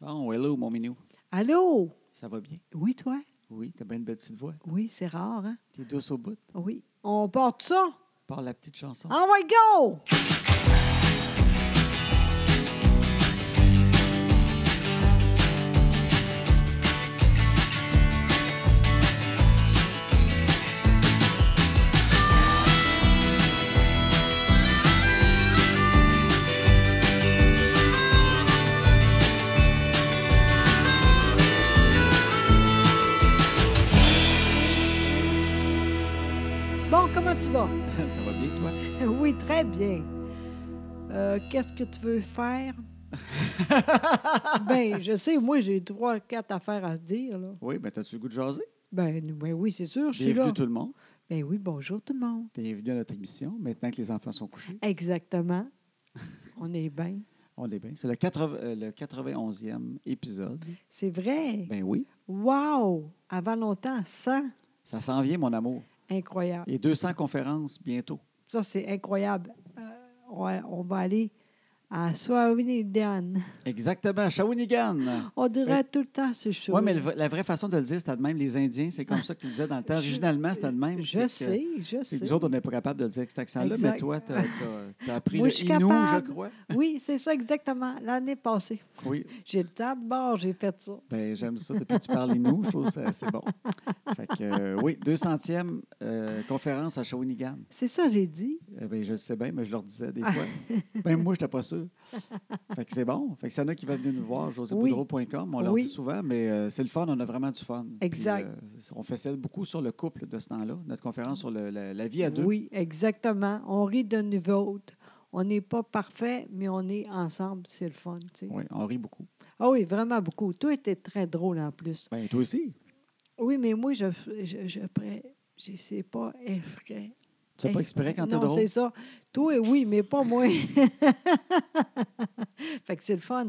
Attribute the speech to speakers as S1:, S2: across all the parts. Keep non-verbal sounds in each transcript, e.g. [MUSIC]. S1: Bon, hello, mon minou.
S2: Allô?
S1: Ça va bien?
S2: Oui, toi?
S1: Oui, t'as bien une belle petite voix.
S2: Oui, c'est rare, hein?
S1: T'es douce au bout.
S2: Oui. On porte ça?
S1: Par la petite chanson.
S2: On va go! Bon, comment é tu vas?
S1: [LAUGHS] Ça va bien, toi?
S2: [LAUGHS] oui, très bien. Euh, Qu'est-ce que tu
S1: [LAUGHS]
S2: veux faire? ben, je sais, moi, j'ai trois, quatre affaires à se dire, là.
S1: Oui, ben t'as-tu le goût de jaser?
S2: Ben, ben oui, c'est sûr, je suis
S1: Bienvenue
S2: là.
S1: tout le monde.
S2: Ben oui, bonjour tout le monde.
S1: Bienvenue à notre émission. Maintenant que les enfants sont couchés,
S2: Exactement. On est bien.
S1: on est bien. C'est le, 80 euh, le 91e épisode.
S2: C'est vrai.
S1: Ben oui,
S2: Wow! Avant longtemps, 100.
S1: ça s'en vient, mon amour.
S2: Incroyable.
S1: Et 200 conférences bientôt.
S2: Ça, c'est incroyable. Euh, on, on va aller à Swawinigan.
S1: Exactement, à Shawinigan.
S2: On dirait tout le temps ce show.
S1: Oui, mais le- la vraie façon de le dire, c'était de même. Les Indiens, c'est comme ça qu'ils le disaient dans le temps.
S2: Je-
S1: Originalement, c'était de même.
S2: Je
S1: C'est que-
S2: sais, je
S1: c'est
S2: sais.
S1: que nous autres, on n'est pas capable de le dire avec cet accent-là, mais
S2: Exact.
S1: toi, tu as, appris
S2: Moi,
S1: le
S2: je suis
S1: Inou,
S2: capable.
S1: je crois.
S2: Oui, c'est ça exactement. L'année passée,
S1: Oui,
S2: j'ai le temps de bord, j'ai fait ça.
S1: Ben, j'aime ça. Depuis que tu parles nous, je trouve que ça- c'est bon. Fait que, euh, oui, 200e euh, conférence à Shawinigan.
S2: C'est ça, j'ai dit.
S1: Eh ben, je le sais bien, mais je leur disais des fois.
S2: Ah.
S1: Même moi, je n'étais pas sûr. Fait que c'est bon. Fait que s'il y en a qui veulent venir nous voir, joséboudreau.com, on leur
S2: Oui.
S1: dit souvent, mais euh, c'est le fun, on a vraiment du fun. Puis,
S2: Exact.
S1: euh, on fait celle beaucoup sur le couple de ce temps-là, notre conférence sur le- la, la vie à deux.
S2: Oui, exactement. On rit de nous autres. On n'est pas parfait, mais on est ensemble, c'est le fun. tu sais.
S1: Oui, on rit beaucoup.
S2: Ah oui, vraiment beaucoup. Toi, était très drôle en plus.
S1: Ben, toi aussi.
S2: Oui, mais moi, je je, je, pré- je sais pas effrayant.
S1: Tu fais pas exprès quand t'es
S2: Eh, Non,
S1: drôle.
S2: c'est ça. Toi, oui, mais pas moi. [LAUGHS] fait que c'est le fun.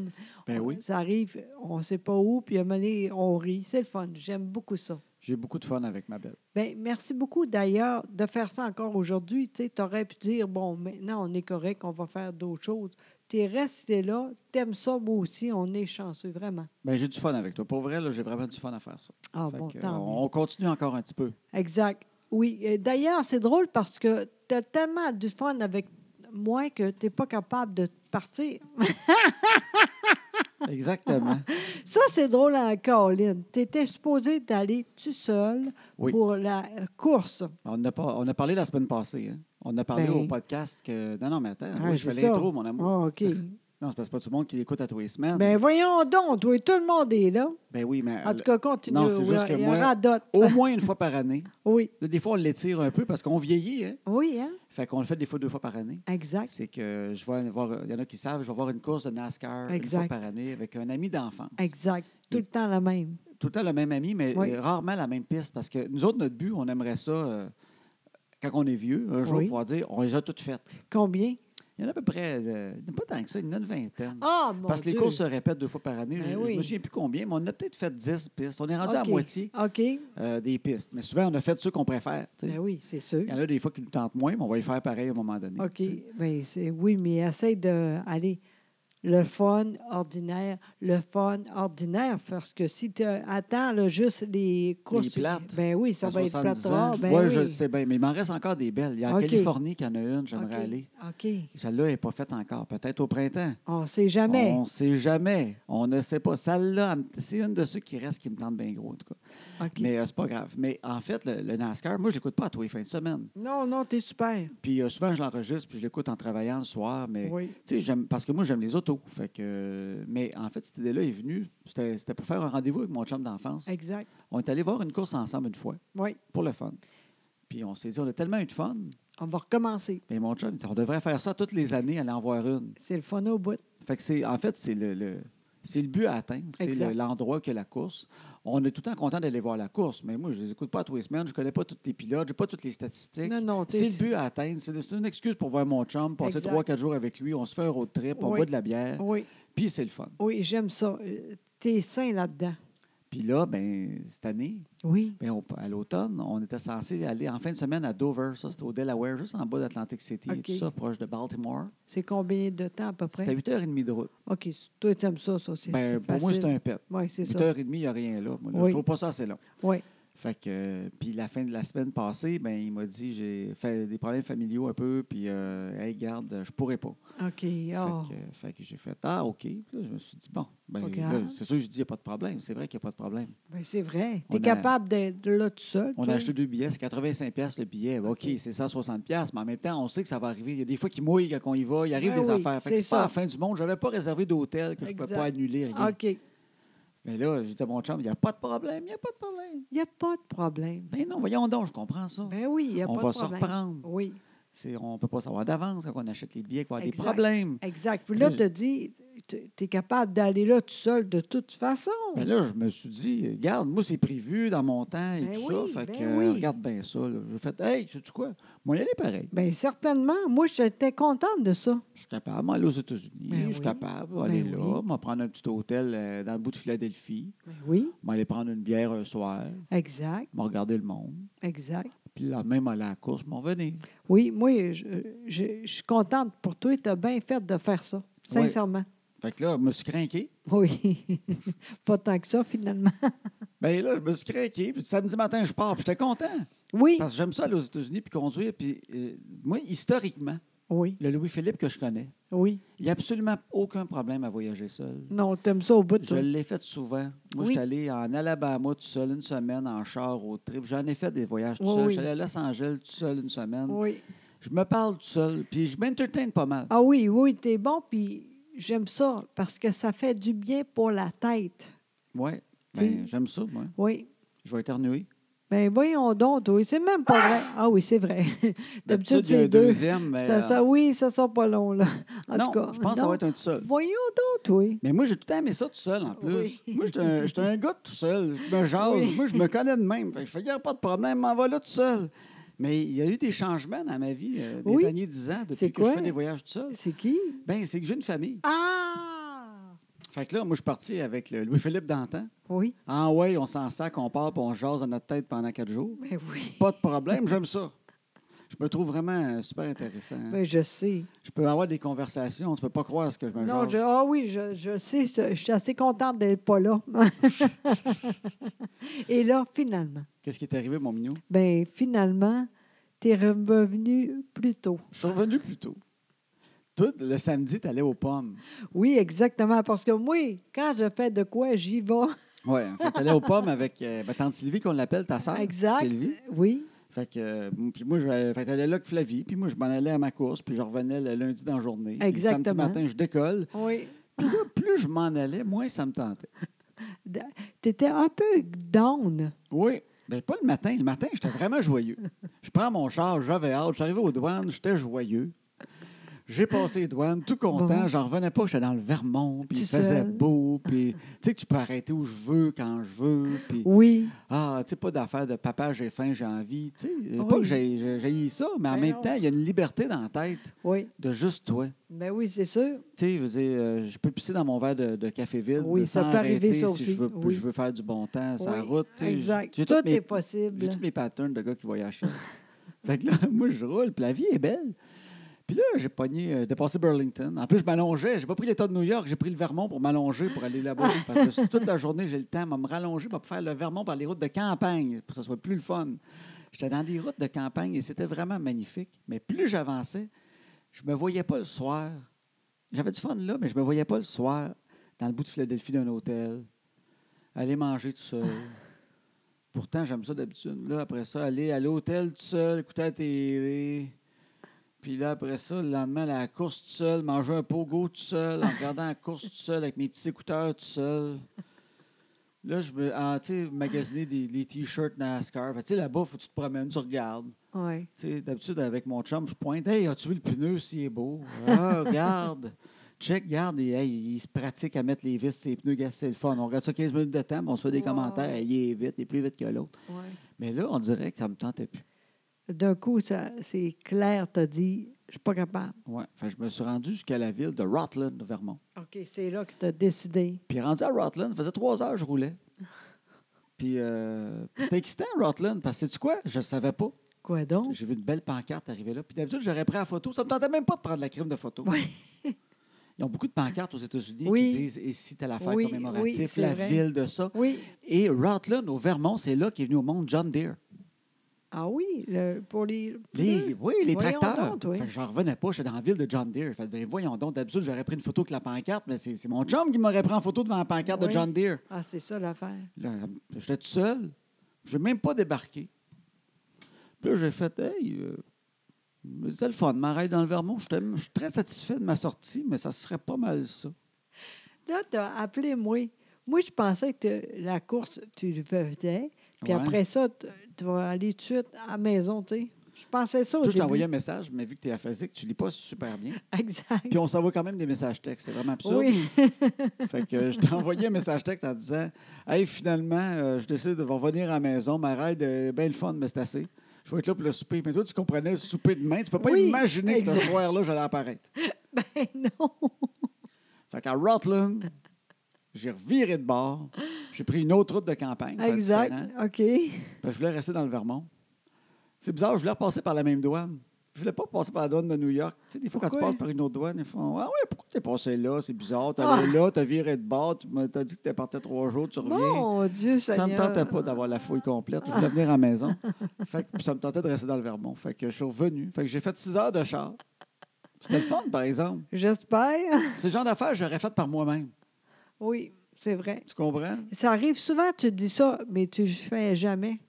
S1: Ben oui.
S2: Ça arrive, on ne sait pas où, puis à un moment donné, on rit. C'est le fun. J'aime beaucoup ça.
S1: J'ai beaucoup de fun avec ma belle.
S2: Ben, merci beaucoup d'ailleurs de faire ça encore aujourd'hui. Tu aurais pu dire, bon, maintenant on est correct, on va faire d'autres choses. Tu es resté là, t'aimes ça, moi aussi, on est chanceux, vraiment.
S1: Ben, j'ai du fun avec toi. Pour vrai, là, j'ai vraiment du fun à faire ça.
S2: Ah
S1: Fait
S2: bon,
S1: que,
S2: tant mieux.
S1: on on continue encore un petit peu.
S2: Exact. Oui. Et D'ailleurs, c'est drôle parce que tu as tellement du fun avec moi que tu n'es pas capable de partir. [LAUGHS]
S1: Exactement.
S2: Ça, c'est drôle hein, encore, Lynn. Tu étais supposé d'aller tout seul
S1: Oui.
S2: pour la euh, course.
S1: On a, pas, on a parlé la semaine passée. hein. On a parlé
S2: Ben.
S1: au podcast que. Non, non, mais attends,
S2: Ah,
S1: oui, je
S2: c'est
S1: fais
S2: ça.
S1: l'intro, mon amour.
S2: Ah, OK.
S1: Non, c'est parce que c'est pas tout le monde qui l'écoute à tous les semaines.
S2: ben voyons donc, toi, tout le monde est là.
S1: Ben oui, mais
S2: En
S1: le-
S2: tout cas, continue.
S1: non, c'est
S2: Oui,
S1: juste que
S2: il y a
S1: moi- oh!
S2: radote. [LAUGHS]
S1: au moins une fois par année.
S2: Oui.
S1: Là, des fois, on l'étire un peu parce qu'on vieillit. Hein?
S2: Oui, hein?
S1: Fait qu'on le fait des fois deux fois par année.
S2: Exact.
S1: C'est que je vais voir, il y en a qui savent, je vais voir une course de NASCAR une
S2: Exact.
S1: fois par année avec un ami d'enfance.
S2: Exact. Tout
S1: Et-
S2: le temps la même.
S1: Tout le temps le même ami, mais
S2: Oui.
S1: euh, rarement la même piste parce que nous autres, notre but, on aimerait ça euh, quand on est vieux, un jour
S2: Oui.
S1: pouvoir dire on les a toutes faites.
S2: Combien?
S1: Il y en a à peu près, euh, pas tant que ça, il y en a une vingtaine.
S2: Ah, mon
S1: Parce que les
S2: Dieu.
S1: courses se répètent deux fois par année.
S2: Ben
S1: je, je
S2: oui.
S1: me souviens plus combien, mais on a peut-être fait 10 pistes. On est rendu à
S2: OK.
S1: moitié
S2: OK.
S1: euh, des pistes. Mais souvent, on a fait ceux qu'on préfère. tu sais.
S2: Ben oui, c'est sûr.
S1: Il y en a des fois qui nous tentent moins, mais on va y faire pareil à un moment donné.
S2: OK.
S1: tu sais.
S2: Ben, c'est, oui, mais essaye de aller le fun ordinaire, le fun ordinaire, parce que si tu attends là, juste les courses.
S1: plates,
S2: Ben oui, ça
S1: À
S2: va être
S1: 70
S2: plate.
S1: ans,
S2: Ah, ben
S1: ouais,
S2: oui,
S1: je le sais bien, mais il m'en reste encore des belles. Il y a en
S2: OK.
S1: Californie qu'il y en a une, j'aimerais
S2: OK.
S1: aller.
S2: OK.
S1: Celle-là n'est pas faite encore, peut-être au printemps.
S2: On ne sait jamais.
S1: On ne sait jamais. On ne sait pas. Celle-là, elle me- c'est une de ceux qui restent qui me tente bien gros, en tout cas.
S2: OK.
S1: Mais euh, c'est pas grave. Mais en fait, le, le NASCAR, moi, je l'écoute pas à tous les fins de semaine.
S2: Non, non, t'es super.
S1: Puis euh, souvent, je l'enregistre, puis je l'écoute en travaillant le soir. Mais
S2: Oui.
S1: tu sais, j'aime- parce que moi, j'aime les autos. Fait que, euh, mais en fait, cette idée-là est venue. C'était c'était pour faire un rendez-vous avec mon chum d'enfance.
S2: Exact.
S1: On est allé voir une course ensemble une fois,
S2: Oui.
S1: pour le fun. Puis on s'est dit, on a tellement eu de fun.
S2: On va recommencer.
S1: Mais mon chum, il dit, on devrait faire ça toutes les années, aller en voir une.
S2: C'est le fun au bout.
S1: Fait que c'est, en fait, c'est le, le- c'est le but à atteindre. C'est
S2: Exact.
S1: le- l'endroit que la course. On est tout le temps content d'aller voir la course, mais moi, je les écoute pas à tous les semaines. Je connais pas tous les pilotes, j'ai pas toutes les statistiques.
S2: Non, non,
S1: C'est
S2: t'es.
S1: le but à atteindre. C'est c'est une excuse pour voir mon chum, passer
S2: Exact.
S1: trois, quatre jours avec lui. On se fait un road trip, on
S2: Oui. Oh.
S1: boit de la bière,
S2: Oui,
S1: puis c'est le fun.
S2: oui, j'aime ça. Euh, T'es sain là-dedans.
S1: Puis là, ben, cette année,
S2: Oui.
S1: ben, au- à l'automne, on était censé aller en fin de semaine à Dover. Ça, c'était au Delaware, juste en bas d'Atlantic City, et
S2: OK.
S1: tout ça, proche de Baltimore.
S2: C'est combien de temps à peu près?
S1: C'était 8h30 de route.
S2: OK. c- Toi, t'aimes ça, ça. C'est
S1: Ben,
S2: c'est
S1: pour moi,
S2: facile.
S1: c'était un pet.
S2: Oui, c'est ça.
S1: 8h30, il n'y a rien là. Moi, là,
S2: Oui.
S1: Je trouve pas ça assez long.
S2: Oui.
S1: Fait que, euh, puis la fin de la semaine passée, ben, il m'a dit j'ai fait des problèmes familiaux un peu, puis euh, hey, garde, je pourrais pas.
S2: OK. ah.
S1: Fait que, euh, fait que j'ai fait ah ok. Puis là, je me suis dit bon, ben,
S2: Pas
S1: là,
S2: grave.
S1: c'est sûr que je dis il n'y a pas de problème. C'est vrai qu'il n'y a pas de problème.
S2: Ben, c'est vrai.
S1: On
S2: Tu
S1: a-
S2: es capable d'être là tout seul.
S1: On
S2: toi?
S1: a acheté deux billets, c'est 85 pièces le billet. Ben, OK,
S2: OK.
S1: c'est 160 pièces, mais en même temps, on sait que ça va arriver. Il y a des fois qu'il mouille quand on y va, il arrive
S2: Ben
S1: des
S2: oui,
S1: affaires. Fait que
S2: c'est
S1: c'est pas
S2: ça.
S1: la fin du monde. Je n'avais pas réservé d'hôtel que je ne pouvais
S2: Exact.
S1: pas annuler. Rien.
S2: OK. Il
S1: Mais là, j'ai dit à mon chum, il n'y a pas de problème, il n'y a pas de problème.
S2: n'y a pas de problème.
S1: Ben non, voyons donc, je comprends ça.
S2: Ben oui, il n'y a
S1: on
S2: pas
S1: va
S2: de
S1: se
S2: problème.
S1: reprendre.
S2: Oui,
S1: C'est- on ne peut pas savoir d'avance quand on achète les billets qu'il va y avoir
S2: Exact.
S1: des problèmes.
S2: exact. Puis
S1: Puis
S2: là,
S1: là,
S2: tu dis, tu es capable d'aller là tout seul de toute façon.
S1: Ben là, je me suis dit, regarde, moi, c'est prévu dans mon temps et
S2: Ben
S1: tout
S2: oui,
S1: ça. Fait
S2: ben
S1: que, euh,
S2: oui.
S1: regarde bien ça. là. J'ai fait, hey, sais-tu quoi? Moi, y aller pareil.
S2: Bien, Ben, certainement. Moi, j'étais contente de ça.
S1: Je suis capable d'aller aux États-Unis.
S2: Ben
S1: je suis
S2: oui.
S1: capable d'aller
S2: Ben
S1: là.
S2: oui.
S1: Je vais prendre un petit hôtel euh, dans le bout de Philadelphie.
S2: Ben oui,
S1: Je vais aller prendre une bière un soir.
S2: exact,
S1: Je vais regarder le monde.
S2: exact.
S1: Puis là, même aller à la course, je vais revenir.
S2: Oui, moi, je, je- je suis contente pour toi. Tu as bien fait de faire ça, sincèrement.
S1: Fait que là, je me suis craqué.
S2: Oui. [LAUGHS] pas tant que ça, finalement.
S1: Ben là, je me suis craqué. Puis samedi matin, je pars. Puis j'étais content.
S2: Oui,
S1: Parce que j'aime ça aller aux États-Unis puis conduire. Puis euh, moi, historiquement,
S2: oui,
S1: le Louis-Philippe que je connais,
S2: oui.
S1: il n'y a absolument aucun problème à voyager seul.
S2: Non, t'aimes ça au bout de
S1: Je
S2: toi.
S1: l'ai fait souvent. Moi, je
S2: Oui.
S1: suis allé en Alabama tout seul une semaine, en char, au trip. J'en ai fait des voyages tout
S2: Oui,
S1: seul.
S2: oui.
S1: Je suis allé à Los Angeles tout seul une semaine.
S2: Oui.
S1: Je me parle tout seul, puis je m'entertaine pas mal.
S2: Ah oui, oui, t'es bon, puis j'aime ça parce que ça fait du bien pour la tête.
S1: Oui,
S2: Tu sais-
S1: ben, j'aime ça, moi.
S2: Oui.
S1: Je vais éternuer.
S2: Ben voyons donc, toi. C'est même pas vrai. Ah oui, c'est vrai. [LAUGHS] D'habitude,
S1: il y a un
S2: c'est deux.
S1: deuxième, mais
S2: Ça,
S1: euh,
S2: ça, oui, ça sort pas long, là. En
S1: non,
S2: tout cas.
S1: je pense que ça
S2: non.
S1: va être un tout seul.
S2: Voyons donc, toi.
S1: Mais moi, j'ai tout le temps aimé ça tout seul, en plus.
S2: Oui.
S1: Moi, j'étais un, j'étais un gars tout seul. Je me jase.
S2: Oui.
S1: Moi, je
S2: [LAUGHS]
S1: me connais de même. Fait que Je fais, Regarde, pas de problème, m'en va là tout seul. Mais il y a eu des changements dans ma vie euh, des
S2: Oui.
S1: derniers dix ans,
S2: C'est
S1: depuis que
S2: quoi?
S1: je fais des voyages tout seul.
S2: C'est qui?
S1: Ben, c'est que j'ai une famille.
S2: Ah!
S1: Fait que là, moi, je suis parti avec le Louis-Philippe Dantan.
S2: Oui,
S1: Ah ouais, on s'en sac, on part, puis on jase dans notre tête pendant quatre jours.
S2: ben oui.
S1: Pas de problème, j'aime ça. Je me trouve vraiment euh, super intéressant.
S2: Ben, je sais.
S1: Je peux avoir des conversations, tu peux pas croire ce que je me
S2: Non,
S1: jase.
S2: je, ah oui, je, je sais, je suis assez contente d'être
S1: [LAUGHS]
S2: pas là. Et là, finalement,
S1: Qu'est-ce qui est arrivé, mon minou?
S2: ben finalement, t'es revenu plus tôt.
S1: Je suis revenu plus tôt. Tout le samedi, tu allais aux pommes.
S2: Oui, exactement, parce que moi, quand je fais de quoi, j'y vais.
S1: Oui, tu allais aux pommes avec euh, ma tante Sylvie, qu'on l'appelle, ta sœur.
S2: Exact.
S1: Sylvie.
S2: Oui,
S1: Fait que, euh, m- puis moi, je vais- fait que t'allais là avec Flavie, puis moi, je m'en allais à ma course, puis je revenais le lundi dans la journée. Puis Le samedi
S2: Exactement.
S1: matin, je décolle.
S2: oui.
S1: Puis là, plus je m'en allais, moins ça me tentait.
S2: T'étais un peu down.
S1: Oui. Ben, pas le matin. Le matin, j'étais vraiment joyeux. Je prends mon char, j'avais hâte. J'arrivais aux douanes, j'étais joyeux. J'ai passé les douanes, tout content.
S2: Bon.
S1: J'en revenais pas. J'étais dans le Vermont, puis
S2: Tout
S1: il faisait
S2: seul.
S1: beau. Puis, tu sais, que tu peux arrêter où je veux, quand je veux. Puis,
S2: Oui,
S1: ah, tu sais, pas d'affaire de papa, j'ai faim, j'ai envie. Tu sais, Euh, pas
S2: Oui.
S1: que j'ai- j'ai j'ai ça, mais en
S2: Ben
S1: même
S2: non.
S1: temps, il y a une liberté dans la tête
S2: oui.
S1: de juste toi.
S2: Ben oui, c'est sûr.
S1: Tu sais, je veux dire, euh, je peux pisser dans mon verre de, de café vide.
S2: Oui,
S1: de-
S2: ça
S1: sans
S2: peut arriver,
S1: arrêter
S2: ça
S1: Si
S2: aussi.
S1: je veux,
S2: Oui.
S1: je veux faire du bon temps, sur la
S2: Oui,
S1: route. tu sais, j'ai-
S2: Exact.
S1: j'ai
S2: Tout
S1: toutes mes-
S2: est possible.
S1: J'ai tous mes patterns de gars qui voyagent seuls. fait que là, [LAUGHS] moi, je roule, puis la vie est belle. Puis là, j'ai pogné, euh, dépassé Burlington. En plus, je m'allongeais. J'ai pas pris l'État de New York, j'ai pris le Vermont pour m'allonger pour aller là-bas. Parce que si toute la journée, j'ai le temps de me rallonger pour faire le Vermont par les routes de campagne, pour que ce soit plus le fun. J'étais dans des routes de campagne et c'était vraiment magnifique. Mais plus j'avançais, je me voyais pas le soir. J'avais du fun là, mais je me voyais pas le soir dans le bout de Philadelphie d'un hôtel, aller manger tout seul. Pourtant, j'aime ça d'habitude. Là, après ça, aller à l'hôtel tout seul, écouter la TV. Puis là, après ça, le lendemain, aller à la course tout seul, manger un pogo tout seul, en regardant la course tout seul, avec mes petits écouteurs tout seul. Là, je me. Ah, tu sais, magasiner des, les t-shirts NASCAR. Fait que, Tu sais, là-bas, faut que tu te promènes, tu regardes.
S2: Oui.
S1: Tu sais, D'habitude, avec mon chum, je pointe. Hey, as-tu vu le pneu s'il est beau? Ah, regarde. Check, regarde. Et, hey, il se pratique à mettre les vis, ses pneus, gars, c'est le fun. On regarde ça 15 minutes de temps, puis on se fait des
S2: Wow.
S1: commentaires. Hey, il est vite, il est plus vite que l'autre.
S2: Ouais.
S1: Mais là, on dirait que ça me tentait plus.
S2: D'un coup, ça- c'est clair, t'as dit, je suis pas capable.
S1: Ouais. Fait que je me suis rendu jusqu'à la ville de Rutland, au Vermont.
S2: OK, c'est là que tu as décidé. [LAUGHS]
S1: Puis rendu à Rutland, faisait trois heures que je roulais. Puis euh, c'était excitant, Rotland, parce que sais-tu quoi? Je ne savais pas.
S2: Quoi donc?
S1: J'ai vu une belle pancarte arriver là. Puis d'habitude, j'aurais pris la photo. Ça ne me tentait même pas de prendre la crime de photo.
S2: Oui.
S1: Ils ont beaucoup de pancartes aux États-Unis
S2: Oui.
S1: qui disent ici, t'as l'affaire
S2: Oui, oui,
S1: commémorative,
S2: c'est
S1: la
S2: vrai.
S1: ville de ça.
S2: Oui.
S1: Et Rutland, au Vermont, c'est là qu'est venu au monde John Deere.
S2: Ah oui, le- pour les.
S1: Les- oui, les
S2: Hein? Voyons
S1: tracteurs.
S2: donc, toi.
S1: Fait que j'en revenais pas, j'étais dans la ville de John Deere. Fait, que, ben, voyons donc, d'habitude, j'aurais pris une photo avec la pancarte, mais c'est c'est mon chum qui m'aurait pris en photo devant la pancarte de
S2: Oui.
S1: John Deere.
S2: Ah, c'est ça l'affaire.
S1: Là, j'étais tout seul. Je n'ai même pas débarqué. Puis là, j'ai fait, hey, euh, c'était le fun, ma ride dans le Vermont. J'étais- Je suis très satisfait de ma sortie, mais ça serait pas mal
S2: Oh,
S1: ça.
S2: Là, tu as appelé moi. Moi, je pensais que te- la course, tu le faisais. Puis
S1: Ouais.
S2: après ça, tu- tu vas aller tout de suite à la maison, tu sais. Je pensais ça au
S1: Toi, je t'ai
S2: début.
S1: envoyé un message, mais vu que tu es aphasique, tu lis pas super bien.
S2: [LAUGHS] Exact.
S1: Puis on s'envoie quand même des messages textes. C'est vraiment absurde.
S2: Oui,
S1: Fait que je t'ai envoyé un message texte en disant Hey, finalement, euh, je décide de revenir à la maison. Ma ride est bien le fun, mais c'est assez. Je vais être là pour le souper. Mais toi, tu comprenais le souper demain. Tu peux pas
S2: Oui,
S1: imaginer que ce
S2: exact.
S1: soir-là, j'allais apparaître.
S2: ben [LAUGHS] non.
S1: Fait qu'à Rutland, j'ai reviré de bord. J'ai pris une autre route de campagne. faire
S2: Exact.
S1: différent. Parce
S2: OK.
S1: que je voulais rester dans le Vermont. C'est bizarre, je voulais repasser par la même douane. Je voulais pas passer par la douane de New York. Tu sais, des fois, quand tu
S2: Pourquoi?
S1: passes par une autre douane, ils font Ah ouais, pourquoi t'es passé là C'est bizarre.
S2: Ah!
S1: T'es allé là, t'as viré de bord, tu m'as- t'as dit que t'es parti trois jours, tu reviens.
S2: Mon Dieu,
S1: ça me
S2: Seigneur. Ah.
S1: tentait pas d'avoir la fouille complète. Je voulais venir à la
S2: [LAUGHS]
S1: maison. Fait que, puis ça me tentait de rester dans le Vermont. Fait que je suis revenu. Fait que j'ai fait six heures de char. C'était le fun, par exemple.
S2: J'espère.
S1: C'est le genre d'affaires que j'aurais fait par moi-même.
S2: Oui, c'est vrai.
S1: Tu comprends?
S2: Ça arrive souvent, tu te dis ça, mais tu le fais jamais.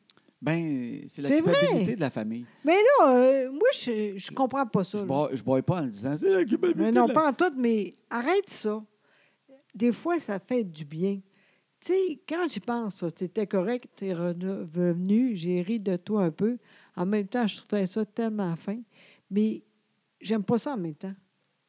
S1: Ben, c'est la
S2: C'est vrai.
S1: culpabilité de la famille.
S2: Mais là, euh, moi, je, je comprends pas ça.
S1: Je
S2: là.
S1: broie, je broie pas en le disant, c'est la culpabilité.
S2: Mais
S1: de
S2: non,
S1: la-
S2: pas en tout, mais arrête ça. Des fois, ça fait du bien. Tu sais, quand j'y pense, tu étais correct, tu es revenu, j'ai ri de toi un peu. En même temps, je trouvais ça tellement fin. Mais j'aime pas ça en même temps.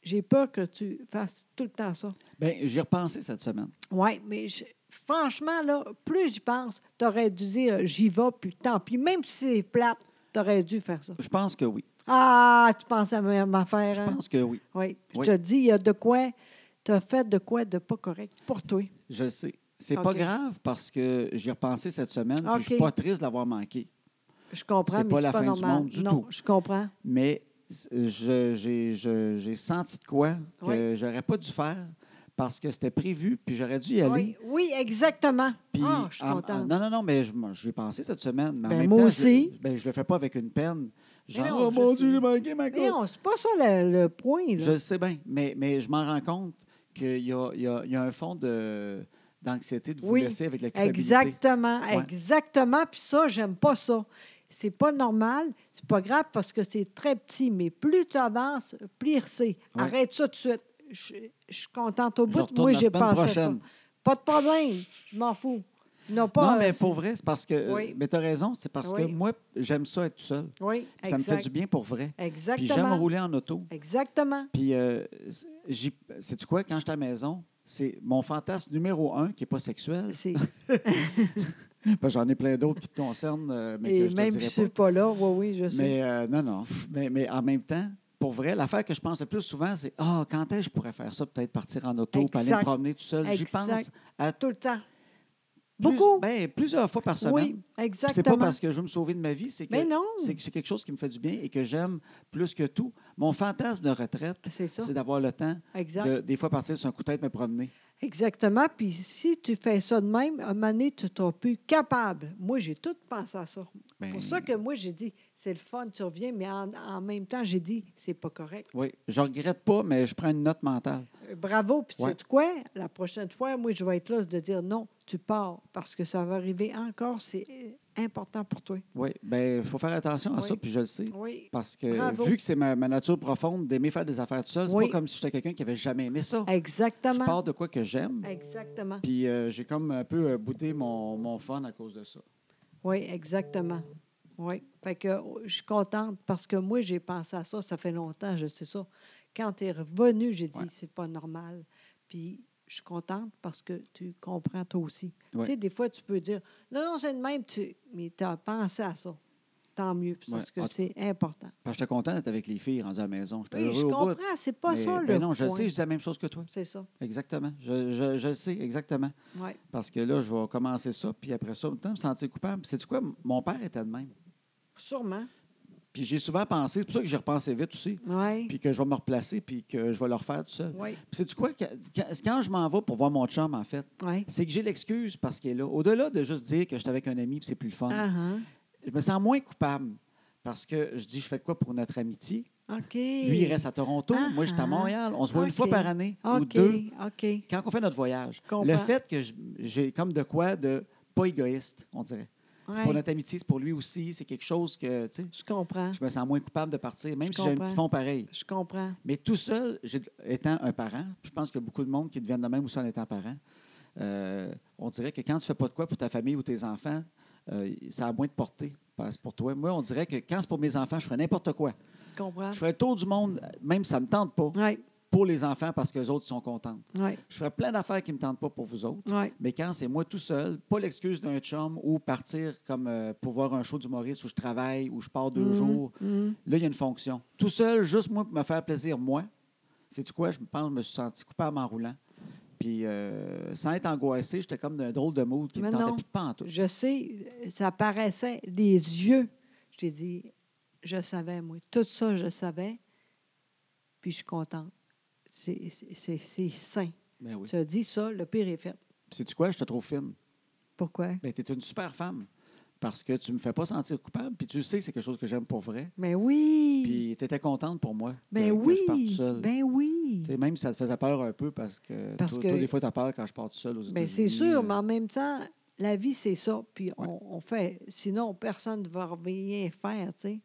S2: J'ai peur que tu fasses tout le temps ça.
S1: Ben, j'y ai repensé cette semaine.
S2: Oui, mais je- franchement, là, plus j'y pense, tu aurais dû dire euh, j'y vais, puis tant pis. Même si c'est plate, tu aurais dû faire ça.
S1: Je pense que oui.
S2: Ah, tu penses à la même affaire.
S1: Je
S2: hein?
S1: pense que oui.
S2: Oui.
S1: Oui.
S2: Je te dis, il y a de quoi. Tu as fait de quoi de pas correct pour toi.
S1: Je le sais. C'est pas
S2: OK.
S1: grave parce que j'y ai repensé cette semaine puis je suis
S2: OK.
S1: pas triste d'avoir manqué.
S2: Je comprends,
S1: C'est
S2: mais
S1: pas
S2: c'est
S1: la
S2: pas
S1: fin du
S2: normal.
S1: monde du
S2: non,
S1: tout.
S2: je comprends.
S1: Mais euh, je- j'ai je- j'ai senti de quoi que j'aurais pas dû faire parce que c'était prévu puis j'aurais dû y aller.
S2: Oui, oui, exactement.
S1: Puis,
S2: ah, je suis
S1: en- en-
S2: contente.
S1: non, non, non, mais je- moi, j'y ai pensé cette semaine. Mais en
S2: Ben,
S1: même
S2: moi
S1: temps,
S2: aussi.
S1: Je, ben, je le fais pas avec une peine. Genre,
S2: non,
S1: oh
S2: je
S1: mon Dieu,
S2: sais.
S1: j'ai manqué ma
S2: mais
S1: course.
S2: non, c'est pas ça le, le point.
S1: Je
S2: Là.
S1: le sais bien, mais, mais je m'en rends compte qu'il y a, il y a- il y a un fond de- d'anxiété de, vous
S2: Oui,
S1: laisser avec la culpabilité.
S2: Exactement,
S1: Ouais.
S2: exactement. Puis ça, j'aime pas ça. C'est pas normal, c'est pas grave parce que c'est très petit, mais plus tu avances, pire c'est.
S1: Ouais.
S2: Arrête ça tout de suite. Je, je suis contente au
S1: Je
S2: bout.
S1: retourne
S2: Moi,
S1: la
S2: j'ai
S1: semaine
S2: pensé à ça.
S1: prochaine.
S2: Pas de problème, je m'en fous. Non, pas,
S1: non, mais
S2: euh,
S1: pour vrai, c'est parce que.
S2: Oui.
S1: Mais tu as raison, c'est parce que
S2: Oui.
S1: moi, j'aime ça être tout seul.
S2: Oui,
S1: Puis Ça me fait
S2: exact.
S1: du bien pour vrai. Puis
S2: Exactement.
S1: j'aime rouler en auto.
S2: Exactement.
S1: Puis, euh, j'y- sais-tu quoi, quand je suis à la maison, c'est mon fantasme numéro un qui n'est pas sexuel.
S2: C'est-
S1: Parce que J'en ai plein d'autres qui te concernent, euh, [LAUGHS] mais que
S2: Et
S1: je
S2: même
S1: te
S2: si je
S1: dirai
S2: suis
S1: pas.
S2: pas là, oui, oui, je sais.
S1: Mais euh, non, non. Mais, mais en même temps, pour vrai, l'affaire que je pense le plus souvent, c'est Ah, quand est-ce que je pourrais faire ça, peut-être partir en auto, puis aller me
S2: Exact.
S1: promener tout seul. J'y
S2: Exact.
S1: pense à
S2: Tout le temps.
S1: plus-
S2: Beaucoup.
S1: ben, plusieurs fois par semaine.
S2: Oui,
S1: Puis C'est pas
S2: exactement.
S1: parce que je veux me sauver de ma vie, c'est que
S2: Mais non,
S1: c'est que c'est quelque chose qui me fait du bien et que j'aime plus que tout. Mon fantasme de retraite,
S2: c'est ça.
S1: c'est d'avoir le temps
S2: Exact.
S1: de, des fois, partir sur un coup de tête, me promener.
S2: Exactement. Puis si tu fais ça de même, à un moment donné, tu seras plus capable. Moi, j'ai tout pensé à ça.
S1: Ben,
S2: Pour ça que moi, j'ai dit, c'est le fun, tu reviens, mais en, en même temps, j'ai dit, c'est pas correct.
S1: Oui, je regrette pas, mais je prends une note mentale.
S2: Euh, Bravo, puis
S1: Ouais.
S2: tu sais quoi? La prochaine fois, moi, je vais être là de dire non, tu pars, parce que ça va arriver encore, c'est euh, important pour toi.
S1: Oui, bien, il faut faire attention à ça,
S2: Oui.
S1: puis je le sais.
S2: Oui,
S1: Parce que
S2: Bravo.
S1: vu que c'est ma, ma nature profonde d'aimer faire des affaires tout seul, c'est
S2: Oui.
S1: pas comme si j'étais quelqu'un qui avait jamais aimé ça. Je
S2: exactement.
S1: pars de quoi que j'aime,
S2: Exactement.
S1: puis euh, j'ai comme un peu euh, boudé mon, mon fun à cause de ça.
S2: Oui, exactement. Oui. Fait que euh, je suis contente parce que moi, j'ai pensé à ça, ça fait longtemps, je sais ça. Quand tu es revenu, j'ai dit,
S1: Ouais.
S2: c'est pas normal. Puis je suis contente parce que tu comprends toi aussi.
S1: Ouais.
S2: Tu sais, des fois, tu peux dire, non, non, c'est le même, tu... mais tu as pensé à ça. Tu tant mieux,
S1: Ouais. Ah,
S2: parce que
S1: En-
S2: c'est important.
S1: Parce que j'étais content d'être avec les filles rendues à la maison. J'étais
S2: Oui, je
S1: heureux au bout.
S2: comprends, c'est pas
S1: Mais,
S2: ça
S1: ben
S2: le
S1: non, je
S2: point.
S1: sais, je dis la même chose que toi.
S2: C'est ça,
S1: Exactement. Je, je, je le sais, exactement.
S2: oui.
S1: Parce que là, je vais commencer ça, puis après ça, tout le temps, me sentir coupable. C'est du quoi? Mon père était de même.
S2: Sûrement,
S1: Puis j'ai souvent pensé, c'est pour ça que j'ai repensé vite aussi,
S2: oui.
S1: puis que je vais me replacer, puis que je vais le refaire tout seul.
S2: Oui,
S1: Puis c'est du quoi? que- Quand, quand je m'en vais pour voir mon chum, en fait,
S2: oui.
S1: c'est que j'ai l'excuse parce qu'il est là. Au-delà de juste dire que j'étais avec un ami, puis c'est plus le fun,
S2: Ah,
S1: je me sens moins coupable. Parce que je dis, je fais de quoi pour notre amitié?
S2: ah. OK.
S1: Lui, il reste à Toronto,
S2: Ah,
S1: moi, je suis à
S2: ah.
S1: Montréal. On se voit une
S2: OK.
S1: fois par année ou
S2: OK,
S1: deux.
S2: OK.
S1: Quand on fait notre voyage,
S2: Je comprends.
S1: le fait que je- j'ai comme de quoi de pas égoïste, on dirait. C'est pour
S2: Ouais,
S1: notre amitié, c'est pour lui aussi. C'est quelque chose que, tu sais,
S2: Je comprends,
S1: je me sens moins coupable de partir, même
S2: Je
S1: si j'ai un
S2: comprends.
S1: petit fond pareil.
S2: je comprends.
S1: Mais tout seul, j'ai- étant un parent, puis je pense qu'il y a beaucoup de monde qui deviennent de même aussi en étant parent, euh, on dirait que quand tu fais pas de quoi pour ta famille ou tes enfants, euh, ça a moins de portée parce- pour toi. Moi, on dirait que quand c'est pour mes enfants, je ferais n'importe quoi.
S2: Je comprends.
S1: Je ferais le tour du monde, même si ça ne me tente pas,
S2: Oui,
S1: pour les enfants parce que les autres sont contents.
S2: oui,
S1: Je ferais plein d'affaires qui ne me tentent pas pour vous autres.
S2: oui.
S1: Mais quand c'est moi tout seul, pas l'excuse d'un chum ou partir comme euh, pour voir un show d'humoriste où je travaille, où je pars deux
S2: Mhm,
S1: jours,
S2: mhm.
S1: là, il y a une fonction. Tout seul, juste moi pour me faire plaisir, moi, c'est tu quoi? Je me pense, je me suis senti coupable en roulant. Puis euh, sans être angoissé, j'étais comme d'un drôle de mood qui
S2: Mais
S1: me tentait
S2: non.
S1: plus de pantoute.
S2: Je sais, ça paraissait des yeux. J'ai dit, je savais, moi. Tout ça, je savais. Puis je suis contente. C'est- C'est c'est- c'est sain.
S1: Ben oui.
S2: Tu as dit ça, le pire est fait.
S1: C'est tu quoi? Je te trouve fine.
S2: Pourquoi?
S1: Ben, tu es une super femme parce que tu me fais pas sentir coupable. Puis tu sais que c'est quelque chose que j'aime pour vrai.
S2: Mais Ben oui!
S1: Puis tu étais contente pour moi.
S2: ben
S1: que- que
S2: oui!
S1: je parte tout seul.
S2: Ben oui!
S1: Tu sais, même si ça te faisait peur un peu parce que,
S2: Parce
S1: toi,
S2: que-
S1: toi, des fois, tu as peur quand je pars tout seul aux
S2: Ben,
S1: États-Unis.
S2: c'est sûr,
S1: euh,
S2: mais en même temps, la vie, c'est ça. Puis on, on fait. Sinon, personne ne va rien faire, tu sais.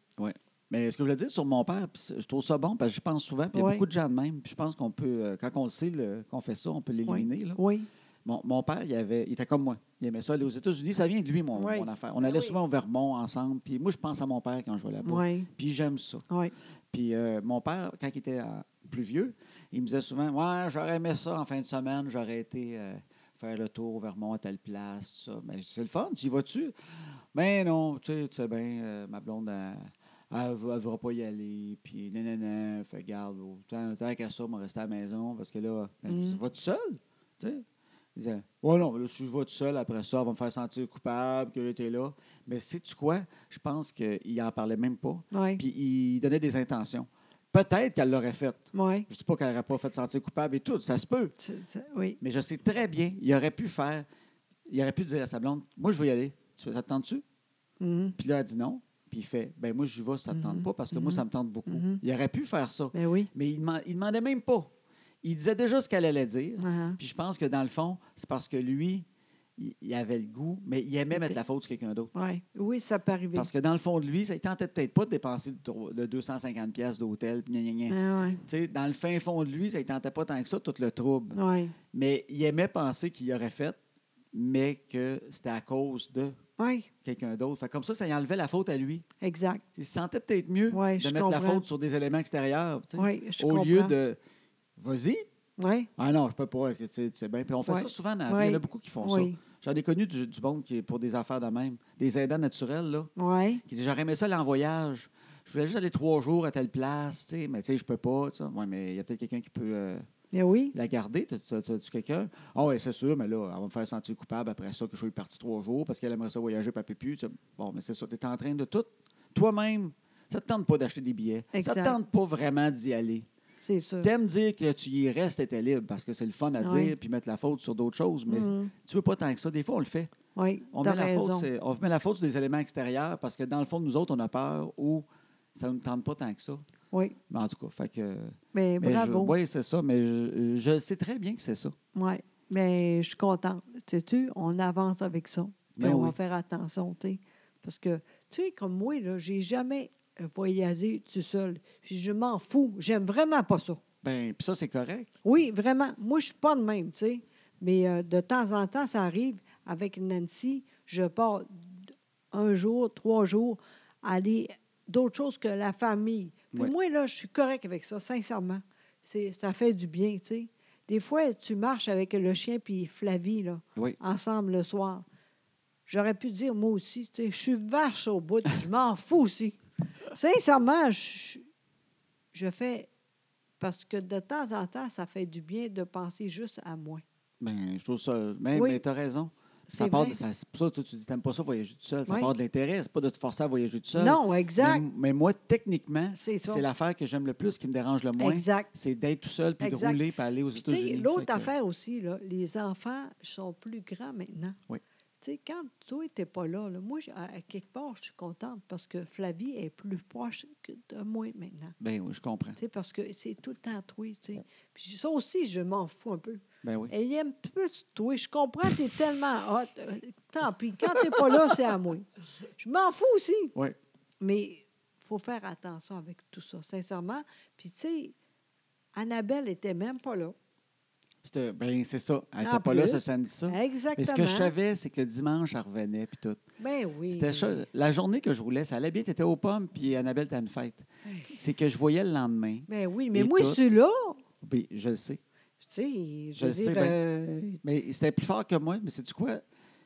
S1: Mais ce que je voulais dire sur mon père, puis c'est- je trouve ça bon parce que je pense souvent, puis il y a
S2: Ouais.
S1: beaucoup de gens de même, puis je pense qu'on peut, euh, quand on le sait, le- qu'on fait ça, on peut l'éliminer. là.
S2: Oui.
S1: Mon, mon père, il, avait, il était comme moi. Il aimait ça aller aux États-Unis. Ça vient de lui, mon,
S2: Ouais.
S1: mon affaire. On
S2: Ben
S1: allait
S2: oui.
S1: souvent au Vermont ensemble, puis moi, je pense à mon père quand je vais là-bas.
S2: Oui.
S1: Puis j'aime ça.
S2: Oui.
S1: Puis euh, mon père, quand il était euh, plus vieux, il me disait souvent Ouais, j'aurais aimé ça en fin de semaine, j'aurais été euh, faire le tour au Vermont à telle place, tout ça. Mais c'est le fun, tu y vas-tu Mais non, tu sais, tu sais bien, euh, ma blonde, elle ne voudra pas y aller. Puis nanana, fait garde, tant, tant qu'à ça, on va rester à la maison parce que là, ben,
S2: Mm.
S1: je dis, vas-tu seul Tu sais Il disait Ouais, non, mais là, si je vais tout seul après ça, elle va me faire sentir coupable que j'étais là. Mais sais-tu quoi Je pense qu'il n'en parlait même pas
S2: Oui.
S1: puis il donnait des intentions. Peut-être qu'elle l'aurait faite.
S2: Oui.
S1: Je ne dis pas qu'elle n'aurait pas fait sentir coupable et tout, ça se peut.
S2: Tu- tu- Oui.
S1: Mais je sais très bien, il aurait pu faire, il aurait pu dire à sa blonde, moi je veux y aller, tu t'attends-tu?
S2: Mhm.
S1: Puis là, elle dit non. Puis il fait, ben moi j'y vais, ça ne te tente
S2: Mhm,
S1: pas parce que moi
S2: mhm,
S1: ça me tente beaucoup.
S2: mhm.
S1: Il aurait pu faire ça,
S2: Ben oui.
S1: mais il ne demandait même pas. Il disait déjà ce qu'elle allait dire.
S2: Ah,
S1: Puis je pense que dans le fond, c'est parce que lui, il il avait le goût, mais il aimait mettre la faute sur quelqu'un d'autre.
S2: ah. Ouais. Oui, ça peut arriver.
S1: Parce que dans le fond de lui, ça ne tentait peut-être pas de dépenser le trois- le 250$ piastres d'hôtel, puis gna gna gna.
S2: Ah, ouais.
S1: Tu sais, dans le fin fond de lui, ça ne tentait pas tant que ça, tout le trouble.
S2: Oui.
S1: Mais il aimait penser qu'il y aurait fait, mais que c'était à cause de
S2: Oui.
S1: quelqu'un d'autre. Fait comme ça, ça lui enlevait la faute à lui.
S2: Exact.
S1: Il se sentait peut-être mieux
S2: Ouais,
S1: de
S2: je
S1: mettre la
S2: comprends.
S1: faute sur des éléments extérieurs, tu sais,
S2: Oui, je
S1: au
S2: comprends.
S1: lieu de Vas-y.
S2: Oui.
S1: Ah non, je peux pas, est-ce que tu sais, tu sais bien. Puis on fait
S2: Ouais.
S1: ça souvent dans la vie.
S2: Ouais.
S1: Il y en a beaucoup qui font ça.
S2: Oui.
S1: J'en ai connu du, du monde qui est pour des affaires de même, des aidants naturels, là,
S2: Oui.
S1: qui disent J'aurais aimé ça aller en voyage. Je voulais juste aller trois jours à telle place, tu sais, mais tu sais, je peux pas. tu sais. Ouais, mais il y a peut-être quelqu'un qui peut. euh,
S2: Ben oui.
S1: la garder? T'as- t'as- T'as-tu quelqu'un? Ah oui, c'est sûr, mais là, elle va me faire sentir coupable après ça que je suis parti trois jours parce qu'elle aimerait ça voyager, puis elle peut plus. Tu sais, Bon, mais c'est ça, tu es en train de tout. Toi-même, ça te tente pas d'acheter des billets. Ça
S2: Exact.
S1: te tente pas vraiment d'y aller.
S2: C'est sûr.
S1: T'aimes dire que tu y restes et t'es libre parce que c'est le fun à
S2: Ouais.
S1: dire puis mettre la faute sur d'autres choses, mais
S2: Mhm.
S1: tu veux pas tant que ça. Des fois, on le fait.
S2: Oui.
S1: On
S2: t'as
S1: met, la faute,
S2: raison.
S1: c'est- on met la faute sur des éléments extérieurs parce que dans le fond, nous autres, on a peur ou ça ne nous tente pas tant que ça.
S2: Oui.
S1: Mais en tout cas, fait que.
S2: Mais bravo.
S1: Oui, c'est ça, mais je, je sais très bien que c'est ça.
S2: Oui, mais Ben, je suis contente. Sais-tu, on avance avec ça. Puis
S1: Ben
S2: on va
S1: oui.
S2: faire attention, tu sais. Parce que, tu sais, comme moi, là, j'ai jamais voyagé tout seul. Puis je m'en fous. J'aime vraiment pas ça.
S1: Ben, puis ça, c'est correct.
S2: Oui, vraiment. Moi, je suis pas de même, tu sais. Mais euh, de temps en temps, ça arrive. Avec Nancy, je pars d- un jour, trois jours, aller d'autres choses que la famille. Puis
S1: Ouais.
S2: moi, là, je suis correct avec ça, sincèrement. C'est, ça fait du bien, tu sais. Des fois, tu marches avec le chien puis Flavie, là,
S1: Oui.
S2: ensemble le soir. J'aurais pu dire, moi aussi, tu sais, je suis vache au bout, je m'en fous aussi. Sincèrement, je, je fais. Parce que de temps en temps, ça fait du bien de penser juste à moi.
S1: Ben, je trouve ça. Mais,
S2: Oui.
S1: mais t'as raison. Ça
S2: C'est
S1: part
S2: vrai.
S1: de- ça- c'est pour ça, toi, tu dis, t'aimes pas ça, voyager tout seul. Ça
S2: Oui.
S1: part de l'intérêt. C'est pas de te forcer à voyager tout seul.
S2: Non,
S1: Mais-
S2: exact.
S1: Mais, moi, techniquement,
S2: C'est ça.
S1: c'est l'affaire que j'aime le plus, qui me dérange le moins.
S2: Exact.
S1: C'est d'être tout seul, puis de
S2: Exact.
S1: rouler, puis aller aux
S2: Puis, tu sais,
S1: États-Unis.
S2: L'autre
S1: Fait que-
S2: affaire aussi, là, les enfants sont plus grands maintenant.
S1: Oui.
S2: Tu sais, quand toi, tu n'es pas là, là, moi, j'ai- à, à quelque part, je suis contente parce que Flavie est plus proche que de moi maintenant.
S1: Ben oui, je comprends.
S2: Tu sais, parce que c'est tout le temps toi. tu sais. Puis ça aussi, je m'en fous un peu.
S1: Ben oui.
S2: Elle aime plus toi. Je comprends, tu es tellement hot. Euh, Tant pis. Quand tu n'es pas là, c'est à moi. Je m'en fous aussi.
S1: Oui.
S2: Mais faut faire attention avec tout ça, sincèrement. Puis, tu sais, Annabelle était même pas là.
S1: C'était- Ben, c'est ça. Elle
S2: En
S1: n'était pas là
S2: plus.
S1: ce samedi ça. Mais
S2: Exactement.
S1: ce que je savais, c'est que le dimanche, elle revenait, puis tout.
S2: Ben oui.
S1: C'était ça. La journée que je roulais, ça allait bien. T'étais aux pommes, puis Annabelle, t'as une fête.
S2: Hey.
S1: C'est que je voyais le lendemain.
S2: Ben oui, mais
S1: Et
S2: moi,
S1: tout.
S2: celui-là,
S1: Ben, je le sais.
S2: tu sais, je
S1: Je
S2: veux
S1: sais
S2: dire,
S1: bien.
S2: euh,
S1: Mais c'était plus fort que moi. Mais c'est du quoi?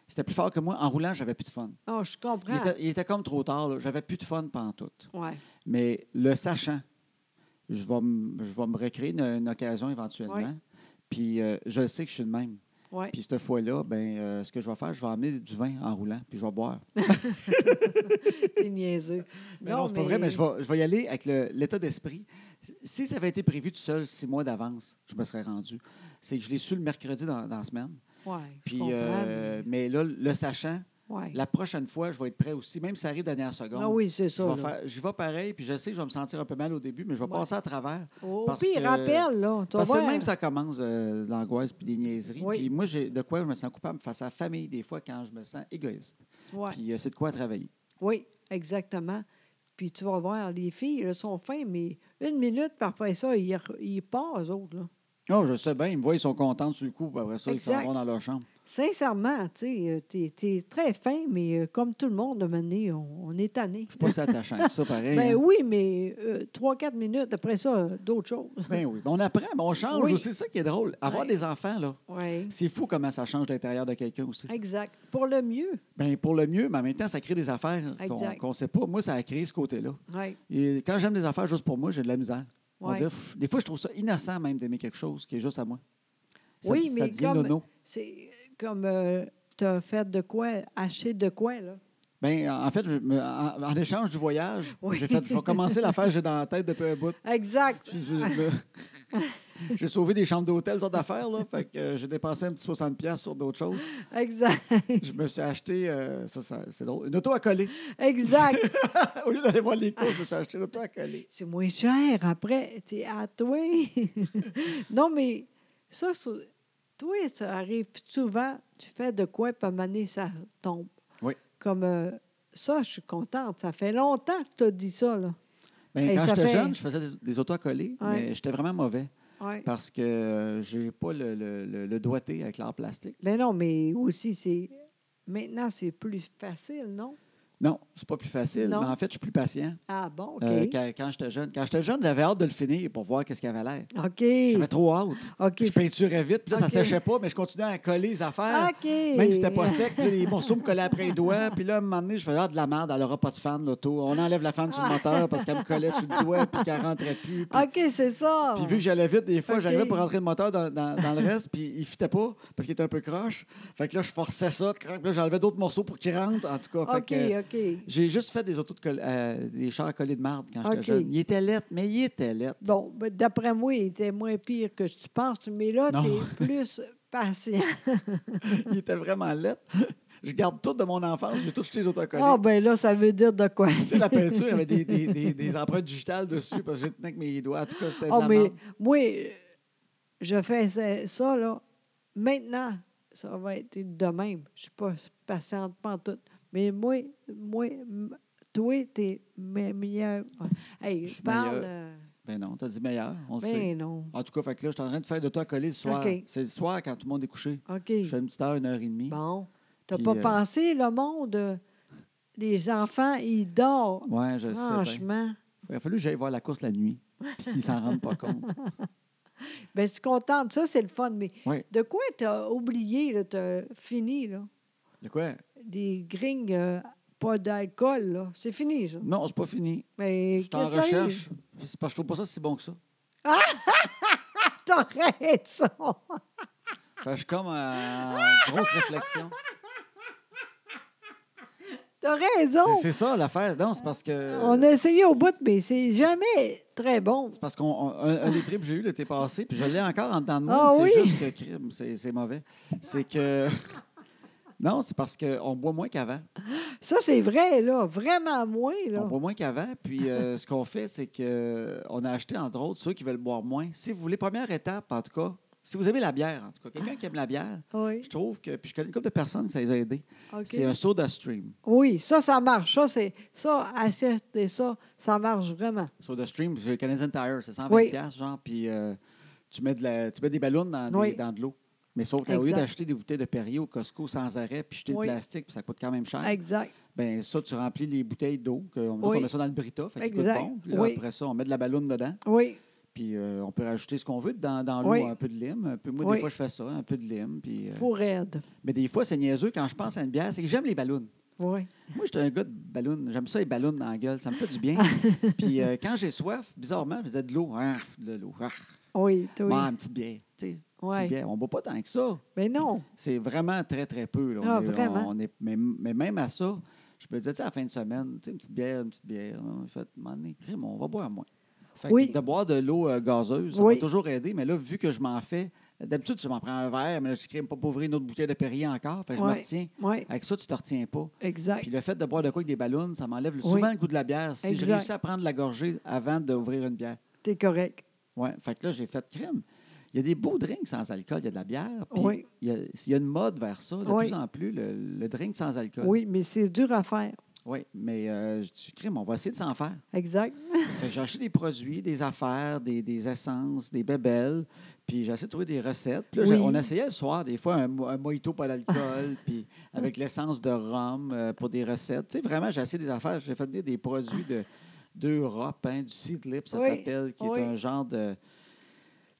S1: C'était plus fort que moi. En roulant, j'avais plus de fun.
S2: oh, je
S1: Il
S2: comprends.
S1: était, il était comme trop tard. là. J'avais plus de fun pendant tout.
S2: Ouais.
S1: Mais le sachant, je vais, me- je vais me recréer une, une occasion éventuellement.
S2: Ouais.
S1: Puis euh, je sais que je suis de même.
S2: Ouais.
S1: Puis cette fois-là, ben, euh, ce que je vais faire, je vais emmener du vin en roulant, puis je vais boire. [LAUGHS]
S2: T'es niaiseux.
S1: Mais Ben non, c'est pas vrai, mais je vais, je vais y aller avec le- l'état d'esprit. Si ça avait été prévu tout seul six mois d'avance, je me serais rendu. C'est que je l'ai su le mercredi dans, dans la semaine.
S2: Ouais, je
S1: Puis,
S2: comprends,
S1: euh, mais
S2: mais-
S1: là, le sachant,
S2: ouais.
S1: la prochaine fois, je vais être prêt aussi, même si ça arrive dernière seconde.
S2: Ah oui, c'est
S1: Je
S2: ça.
S1: vais
S2: là.
S1: faire- J'y vais pareil, puis je sais que je vais me sentir un peu mal au début, mais je vais
S2: Ouais.
S1: passer à travers.
S2: Au
S1: parce
S2: pire,
S1: que-
S2: rappelle, là. Tu vas
S1: Parce que
S2: voir.
S1: même ça commence, euh, l'angoisse puis des niaiseries.
S2: Oui.
S1: Puis moi, j'ai de quoi je me sens coupable face à la famille des fois quand je me sens égoïste.
S2: Ouais.
S1: Puis euh, c'est de quoi travailler.
S2: Oui, exactement. Puis tu vas voir, les filles, elles sont fins, mais une minute, puis après ça, ils, re- ils partent, eux autres, là.
S1: Oh, je sais bien, ils me voient, ils sont contents sur le coup, puis après ça, ils
S2: Exact.
S1: s'en vont dans leur chambre.
S2: Sincèrement, tu sais, euh, t'es, t'es très fin, mais euh, comme tout le monde, à un moment donné, on, on est tanné.
S1: Je suis pas si attachant que ça, pareil.
S2: Ben
S1: hein.
S2: oui, mais euh, trois, quatre minutes, après ça, euh, d'autres choses.
S1: Ben oui. Ben, On apprend, mais on change
S2: Oui.
S1: aussi. C'est ça qui est drôle. Avoir
S2: Ouais.
S1: des enfants, là,
S2: Oui.
S1: c'est fou comment ça change l'intérieur de quelqu'un aussi.
S2: [LAUGHS] Exact. Pour le mieux.
S1: Ben, pour le mieux, mais en même temps, ça crée des affaires qu'on
S2: Exact.
S1: qu'on sait pas. Moi, ça a créé ce côté-là.
S2: Oui.
S1: Et quand j'aime des affaires juste pour moi, j'ai de la misère. On
S2: Ouais.
S1: dirait, pff, des fois, je trouve ça innocent même d'aimer quelque chose qui est juste à moi. Ça,
S2: Oui,
S1: ça
S2: mais
S1: devient
S2: comme-
S1: nono.
S2: C'est comme tu as fait de quoi, haché de quoi, là.
S1: Ben, en en fait, je me- en, en échange du voyage,
S2: Oui.
S1: j'ai fait, je vais commencer l'affaire que j'ai dans la tête depuis un bout.
S2: Exact.
S1: Puis je- me- J'ai sauvé des chambres d'hôtel, toutes affaires, là. Fait que euh, j'ai dépensé un petit 60$ sur d'autres choses.
S2: Exact. [LAUGHS]
S1: Je me suis acheté, euh, ça, ça- c'est drôle, une auto à coller.
S2: Exact.
S1: [LAUGHS] Au lieu d'aller voir les cours, je me suis acheté une auto à coller.
S2: C'est moins cher après. Tu à toi. [LAUGHS] non, mais ça, c'est- toi, ça arrive souvent. Tu fais de quoi, puis à un moment donné, ça tombe.
S1: Oui.
S2: Comme euh, ça, je suis contente. Ça fait longtemps que tu as dit ça, là.
S1: Ben,
S2: Hey,
S1: quand
S2: ça
S1: j'étais
S2: fait-
S1: jeune, je faisais des, des autos à coller,
S2: Ouais.
S1: mais j'étais vraiment mauvais
S2: Ouais.
S1: parce que euh, j'ai pas le, le- le- le doigté avec l'art plastique.
S2: Mais Ben non, mais aussi, c'est. Maintenant, c'est plus facile, non?
S1: Non, c'est pas plus facile,
S2: Non.
S1: mais en fait, je suis plus patient
S2: Ah bon, OK.
S1: euh, qu'à- quand, j'étais jeune. Quand j'étais jeune, j'avais hâte de le finir pour voir qu'est-ce qu'il avait l'air.
S2: OK.
S1: J'avais trop hâte.
S2: OK.
S1: Je peinturais vite, puis là, ça
S2: OK.
S1: séchait pas, mais je continuais à coller les affaires.
S2: OK.
S1: Même si c'était pas sec, puis là, les morceaux me collaient après les doigts. Puis là, à un moment donné, je faisais ah, de la merde, elle aura pas de fan, l'auto. On enlève la fan sur le
S2: Ah.
S1: moteur parce qu'elle me collait sur le doigt, puis qu'elle rentrait plus. Puis,
S2: OK, c'est ça.
S1: puis vu que j'allais vite, des fois,
S2: Ah. OK.
S1: j'arrivais pour rentrer le moteur dans, dans- dans le reste, puis il fitait pas parce qu'il était un peu croche. Fait que là, je forçais ça, crac, puis là, j'enlevais d'autres morceaux pour qu'il rentre, en tout cas. Fait
S2: OK,
S1: que, euh,
S2: OK.
S1: j'ai juste fait des autos de coll- euh, des chars à coller de marde quand j'étais
S2: OK.
S1: jeune. Il était lettre, mais il était lettre.
S2: [LAUGHS] Bon, ben, d'après moi, il était moins pire que tu penses, mais là, tu
S1: Non.
S2: es plus patient.
S1: Il était vraiment lettre. Je garde tout de mon enfance, j'ai tout jeté les autocollants.
S2: Ah, ben là, ça veut dire de quoi?
S1: Tu sais, la peinture, il y avait des, des, des, des empreintes digitales dessus parce que je tenais avec mes doigts. En tout cas, c'était de
S2: [LAUGHS] Ah,
S1: la
S2: mais
S1: merde.
S2: moi, euh, je fais ça, ça, là. Maintenant, ça va être de même. Je ne suis pas patiente pas en tout. Mais moi, moi, m- toi, t'es mes meilleurs. Hey,
S1: Je
S2: je
S1: suis
S2: parle.
S1: meilleure.
S2: euh,
S1: Ben non, t'as dit meilleur, on le sait.
S2: ben non.
S1: En tout cas, fait que là, je suis en train de faire de toi coller le soir.
S2: OK.
S1: C'est le soir quand tout le monde est couché.
S2: OK.
S1: Je fais une petite heure, une heure et demie.
S2: Bon. T'as
S1: Puis,
S2: pas
S1: euh,
S2: pensé, le monde, euh, les enfants, ils dorment.
S1: Ouais, je sais.
S2: Ah,
S1: bien.
S2: Franchement.
S1: Il a fallu que j'aille voir la course la nuit, puis qu'ils s'en rendent pas compte.
S2: Ben, je suis contente. Ça, c'est le fun. Mais
S1: Oui.
S2: de quoi t'as oublié, là, t'as fini, là?
S1: De quoi?
S2: des grings, euh, pas d'alcool, là. C'est fini, ça.
S1: Non, c'est pas fini.
S2: Mais
S1: Je suis en
S2: qu'est-ce qui arrive? [LAUGHS]
S1: recherche. C'est parce que je trouve pas ça si bon que ça.
S2: T'arrêtes ça!
S1: Fait que je suis comme euh, en grosse réflexion.
S2: T'as
S1: C'est-
S2: raison!
S1: C'est ça l'affaire. Non, c'est euh, parce que.
S2: Oh! On a essayé au bout, mais c'est jamais très bon.
S1: C'est parce qu'un un, un des trips que j'ai eu l'été passé, puis je l'ai encore en dedans de moi.
S2: Ah
S1: c'est
S2: oui?
S1: juste que crime, c'est c'est mauvais. C'est que. [LAUGHS] Non, c'est parce qu'on boit moins qu'avant.
S2: Ça, c'est vrai, là. Vraiment moins, là.
S1: On boit moins qu'avant. Puis euh, [LAUGHS] ce qu'on fait, c'est qu'on a acheté, entre autres, ceux qui veulent boire moins. Si vous voulez, première étape, en tout cas, si vous aimez la bière, en tout cas, quelqu'un qui aime la bière,
S2: Oui.
S1: je trouve que. Puis je connais une couple de personnes que ça les a aidés.
S2: OK.
S1: C'est un soda stream.
S2: Oui, ça, ça marche. Ça, c'est... ça achetez ça, ça marche vraiment.
S1: Soda stream, c'est Canadian Tire, c'est 120$,
S2: Oui.
S1: piastres, genre. Puis euh, tu, mets de la, tu mets des ballons dans, des-
S2: Oui.
S1: dans de l'eau. Mais sauf qu'au lieu
S2: Exact.
S1: d'acheter des bouteilles de Perrier au Costco sans arrêt, puis jeter
S2: Oui.
S1: le plastique, puis ça coûte quand même cher.
S2: Exact.
S1: Ben ça, tu remplis les bouteilles d'eau. que- On,
S2: Oui.
S1: on met ça dans le Brita, fait qu'il coûte
S2: Exact.
S1: bon. Puis là,
S2: Oui.
S1: après ça, on met de la ballonne dedans.
S2: Oui,
S1: Puis euh, on peut rajouter ce qu'on veut dans, dans l'eau,
S2: Oui.
S1: un peu de lime. Un peu, moi,
S2: Oui.
S1: des fois, je fais ça, un peu de lime. Puis, euh,
S2: fou raide.
S1: Mais des fois, c'est niaiseux quand je pense à une bière, c'est que j'aime les ballons.
S2: Oui.
S1: Moi, j'étais un gars de ballon. J'aime ça, les ballons dans la gueule. Ça me fait du
S2: [LAUGHS]
S1: bien. Puis euh, quand j'ai soif, bizarrement, je disais de l'eau. Ah, de l'eau. Ah,
S2: Oui, toi, oui.
S1: Bah, une petite bière. Tu sais, une
S2: Ouais.
S1: petite bière. On ne boit pas tant que ça.
S2: Mais non.
S1: C'est vraiment très, très peu. là. On
S2: Ah,
S1: est-
S2: vraiment?
S1: on est- mais, mais même à ça, je me disais, tu sais, à la fin de semaine, tu sais, une petite bière, une petite bière. En fait, à un moment donné, crime, on va boire moins. Fait que
S2: Oui.
S1: de boire de l'eau euh, gazeuse, ça
S2: Oui.
S1: m'a toujours aidé. Mais là, vu que je m'en fais, d'habitude, je m'en prends un verre, mais là, je crime pas pour ouvrir une autre bouteille de Perrier encore. Fait que je me
S2: Ouais.
S1: retiens.
S2: Oui,
S1: Avec ça, tu te retiens pas.
S2: exact.
S1: Puis le fait de boire de quoi avec des ballons, ça m'enlève le- souvent
S2: Oui.
S1: le goût de la bière. Si je
S2: Exact.
S1: réussis à prendre la gorgée avant d'ouvrir une bière.
S2: T'es correct.
S1: Ouais. Fait que là, j'ai fait crème. Il y a des beaux drinks sans alcool, il y a de la bière. Puis
S2: Oui.
S1: il, y a, il y a une mode vers ça, de
S2: Oui.
S1: plus en plus, le, le drink sans alcool.
S2: Oui, mais c'est dur à faire.
S1: Ouais, mais euh, je dis, crème, on va essayer de s'en faire.
S2: Exact.
S1: Fait que j'ai acheté des produits, des affaires, des, des essences, des bébelles. Puis j'ai essayé de trouver des recettes. Puis là, j'ai-
S2: Oui.
S1: on essayait le soir, des fois, un, mo- un mojito pas
S2: [LAUGHS]
S1: d'alcool, puis avec l'essence de rhum euh, pour des recettes. Tu sais, vraiment, j'ai essayé des affaires. J'ai fait des, des produits de, d'Europe, hein, du Seedlip, ça
S2: Oui,
S1: s'appelle, qui
S2: oui.
S1: est un genre de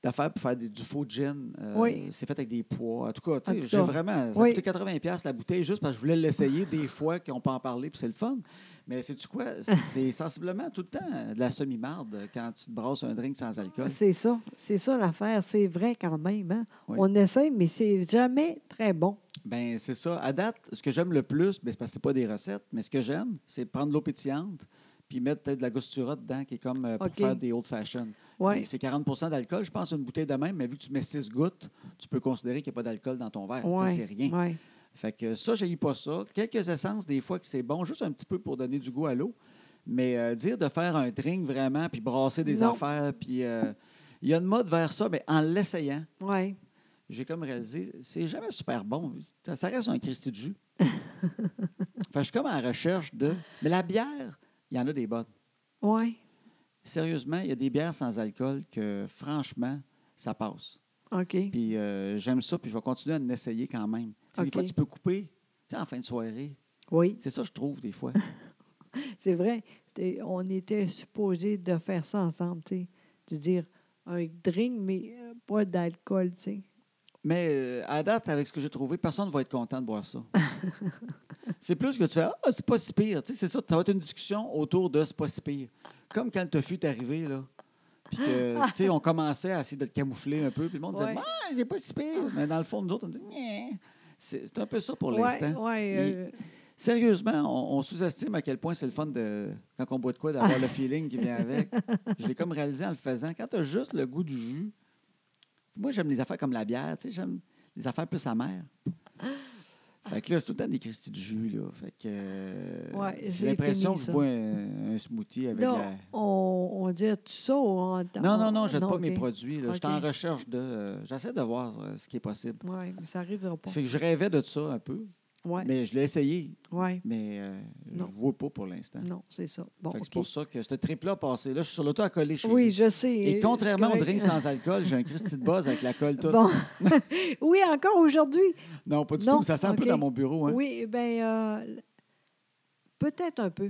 S1: d'affaires pour faire des- du faux gin. Euh,
S2: Oui.
S1: C'est fait avec des pois. En tout cas, tu
S2: En
S1: sais,
S2: tout
S1: j'ai
S2: cas,
S1: vraiment... Ça a
S2: oui.
S1: coûté 80 pièces la bouteille juste parce que je voulais l'essayer des fois qu'on peut en parler, puis c'est le fun. Mais c'est tu quoi?
S2: [LAUGHS]
S1: C'est sensiblement tout le temps de la semi-marde quand tu te brasses un drink sans alcool.
S2: C'est ça. C'est ça l'affaire. C'est vrai quand même. hein.
S1: Oui.
S2: On essaie, mais c'est jamais très bon.
S1: Ben c'est ça. À date, ce que j'aime le plus, ben, c'est parce que c'est pas des recettes, mais ce que j'aime, c'est prendre l'eau pétillante puis mettre peut-être de la gostura dedans, qui est comme euh, pour
S2: OK.
S1: faire des old fashioned.
S2: Oui.
S1: Donc, C'est 40 d'alcool. Je pense une bouteille de même, mais vu que tu mets 6 gouttes, tu peux considérer qu'il n'y a pas d'alcool dans ton verre. Tu sais,
S2: Ouais,
S1: C'est rien.
S2: ouais.
S1: Fait que ça, je pas ça. Quelques essences, des fois, que c'est bon, juste un petit peu pour donner du goût à l'eau. Mais euh, dire de faire un drink vraiment, puis brasser des
S2: Non.
S1: affaires, puis euh, il y a une mode vers ça, mais en l'essayant,
S2: Oui.
S1: j'ai comme réalisé, c'est jamais super bon. Ça, ça reste un Christy de
S2: [LAUGHS]
S1: jus. fait que je suis comme à la recherche de. Mais la bière, il y en a des bonnes.
S2: Oui.
S1: Sérieusement, il y a des bières sans alcool que, franchement, ça passe.
S2: OK.
S1: Puis euh, j'aime ça, puis je vais continuer à en essayer quand même. C'est Des
S2: OK.
S1: fois, tu peux couper, tu sais, en fin de soirée.
S2: Oui,
S1: C'est ça, je trouve, des fois.
S2: c'est vrai. T'es- On était supposé de faire ça ensemble, tu sais. De dire un drink, mais euh, pas d'alcool, tu sais.
S1: Mais euh, à date, avec ce que j'ai trouvé, personne ne va être content de boire
S2: [LAUGHS]
S1: ça. c'est plus que tu fais Ah, c'est pas si pire. Tu sais, c'est ça, ça va être une discussion autour de c'est pas si pire. Comme quand le tofu est arrivé, là. Puis que, tu sais, on commençait à essayer de le camoufler un peu. Puis le monde
S2: Ouais.
S1: disait Ah, c'est pas si pire. Mais dans le fond, nous autres, on dit Nyeh. C'est c'est un peu ça pour
S2: Ouais,
S1: l'instant.
S2: ouais,
S1: Il-
S2: euh,
S1: Sérieusement, on, on sous-estime à quel point c'est le fun de quand on boit de quoi, d'avoir le feeling qui vient
S2: [LAUGHS]
S1: avec. Je l'ai comme réalisé en le faisant. Quand tu as juste le goût du jus, moi j'aime les affaires comme la bière, tu sais, j'aime les affaires plus amères.
S2: Ah.
S1: Fait que là, c'est tout le temps des cristis de jus, là. Fait que euh,
S2: Ouais, c'est
S1: j'ai l'impression
S2: fini,
S1: que je
S2: ça.
S1: bois un, un smoothie avec
S2: non,
S1: la-
S2: on, on dit tout ça. On,
S1: Non, non, non, je pas mes produits. là. Je suis en
S2: OK.
S1: recherche de. euh, J'essaie de voir euh, ce qui est possible.
S2: Oui, mais ça n'arrivera pas.
S1: C'est que je rêvais de ça un peu,
S2: Oui,
S1: mais je l'ai essayé,
S2: oui.
S1: mais euh, je
S2: Non.
S1: ne vois pas pour l'instant.
S2: Non, c'est ça. Bon,
S1: Fait que
S2: OK.
S1: C'est pour ça que ce trip-là a passé. Là, je suis sur l'auto à coller chez
S2: Oui,
S1: lui.
S2: je sais.
S1: Et
S2: c'est
S1: contrairement au
S2: correct.
S1: drink sans alcool, j'ai un Christy de buzz avec la colle toute.
S2: Bon. [LAUGHS] oui, encore aujourd'hui.
S1: Non, pas du
S2: Non,
S1: tout. Ça sent un peu
S2: OK.
S1: dans mon bureau. Hein?
S2: Oui, bien, peut-être un peu.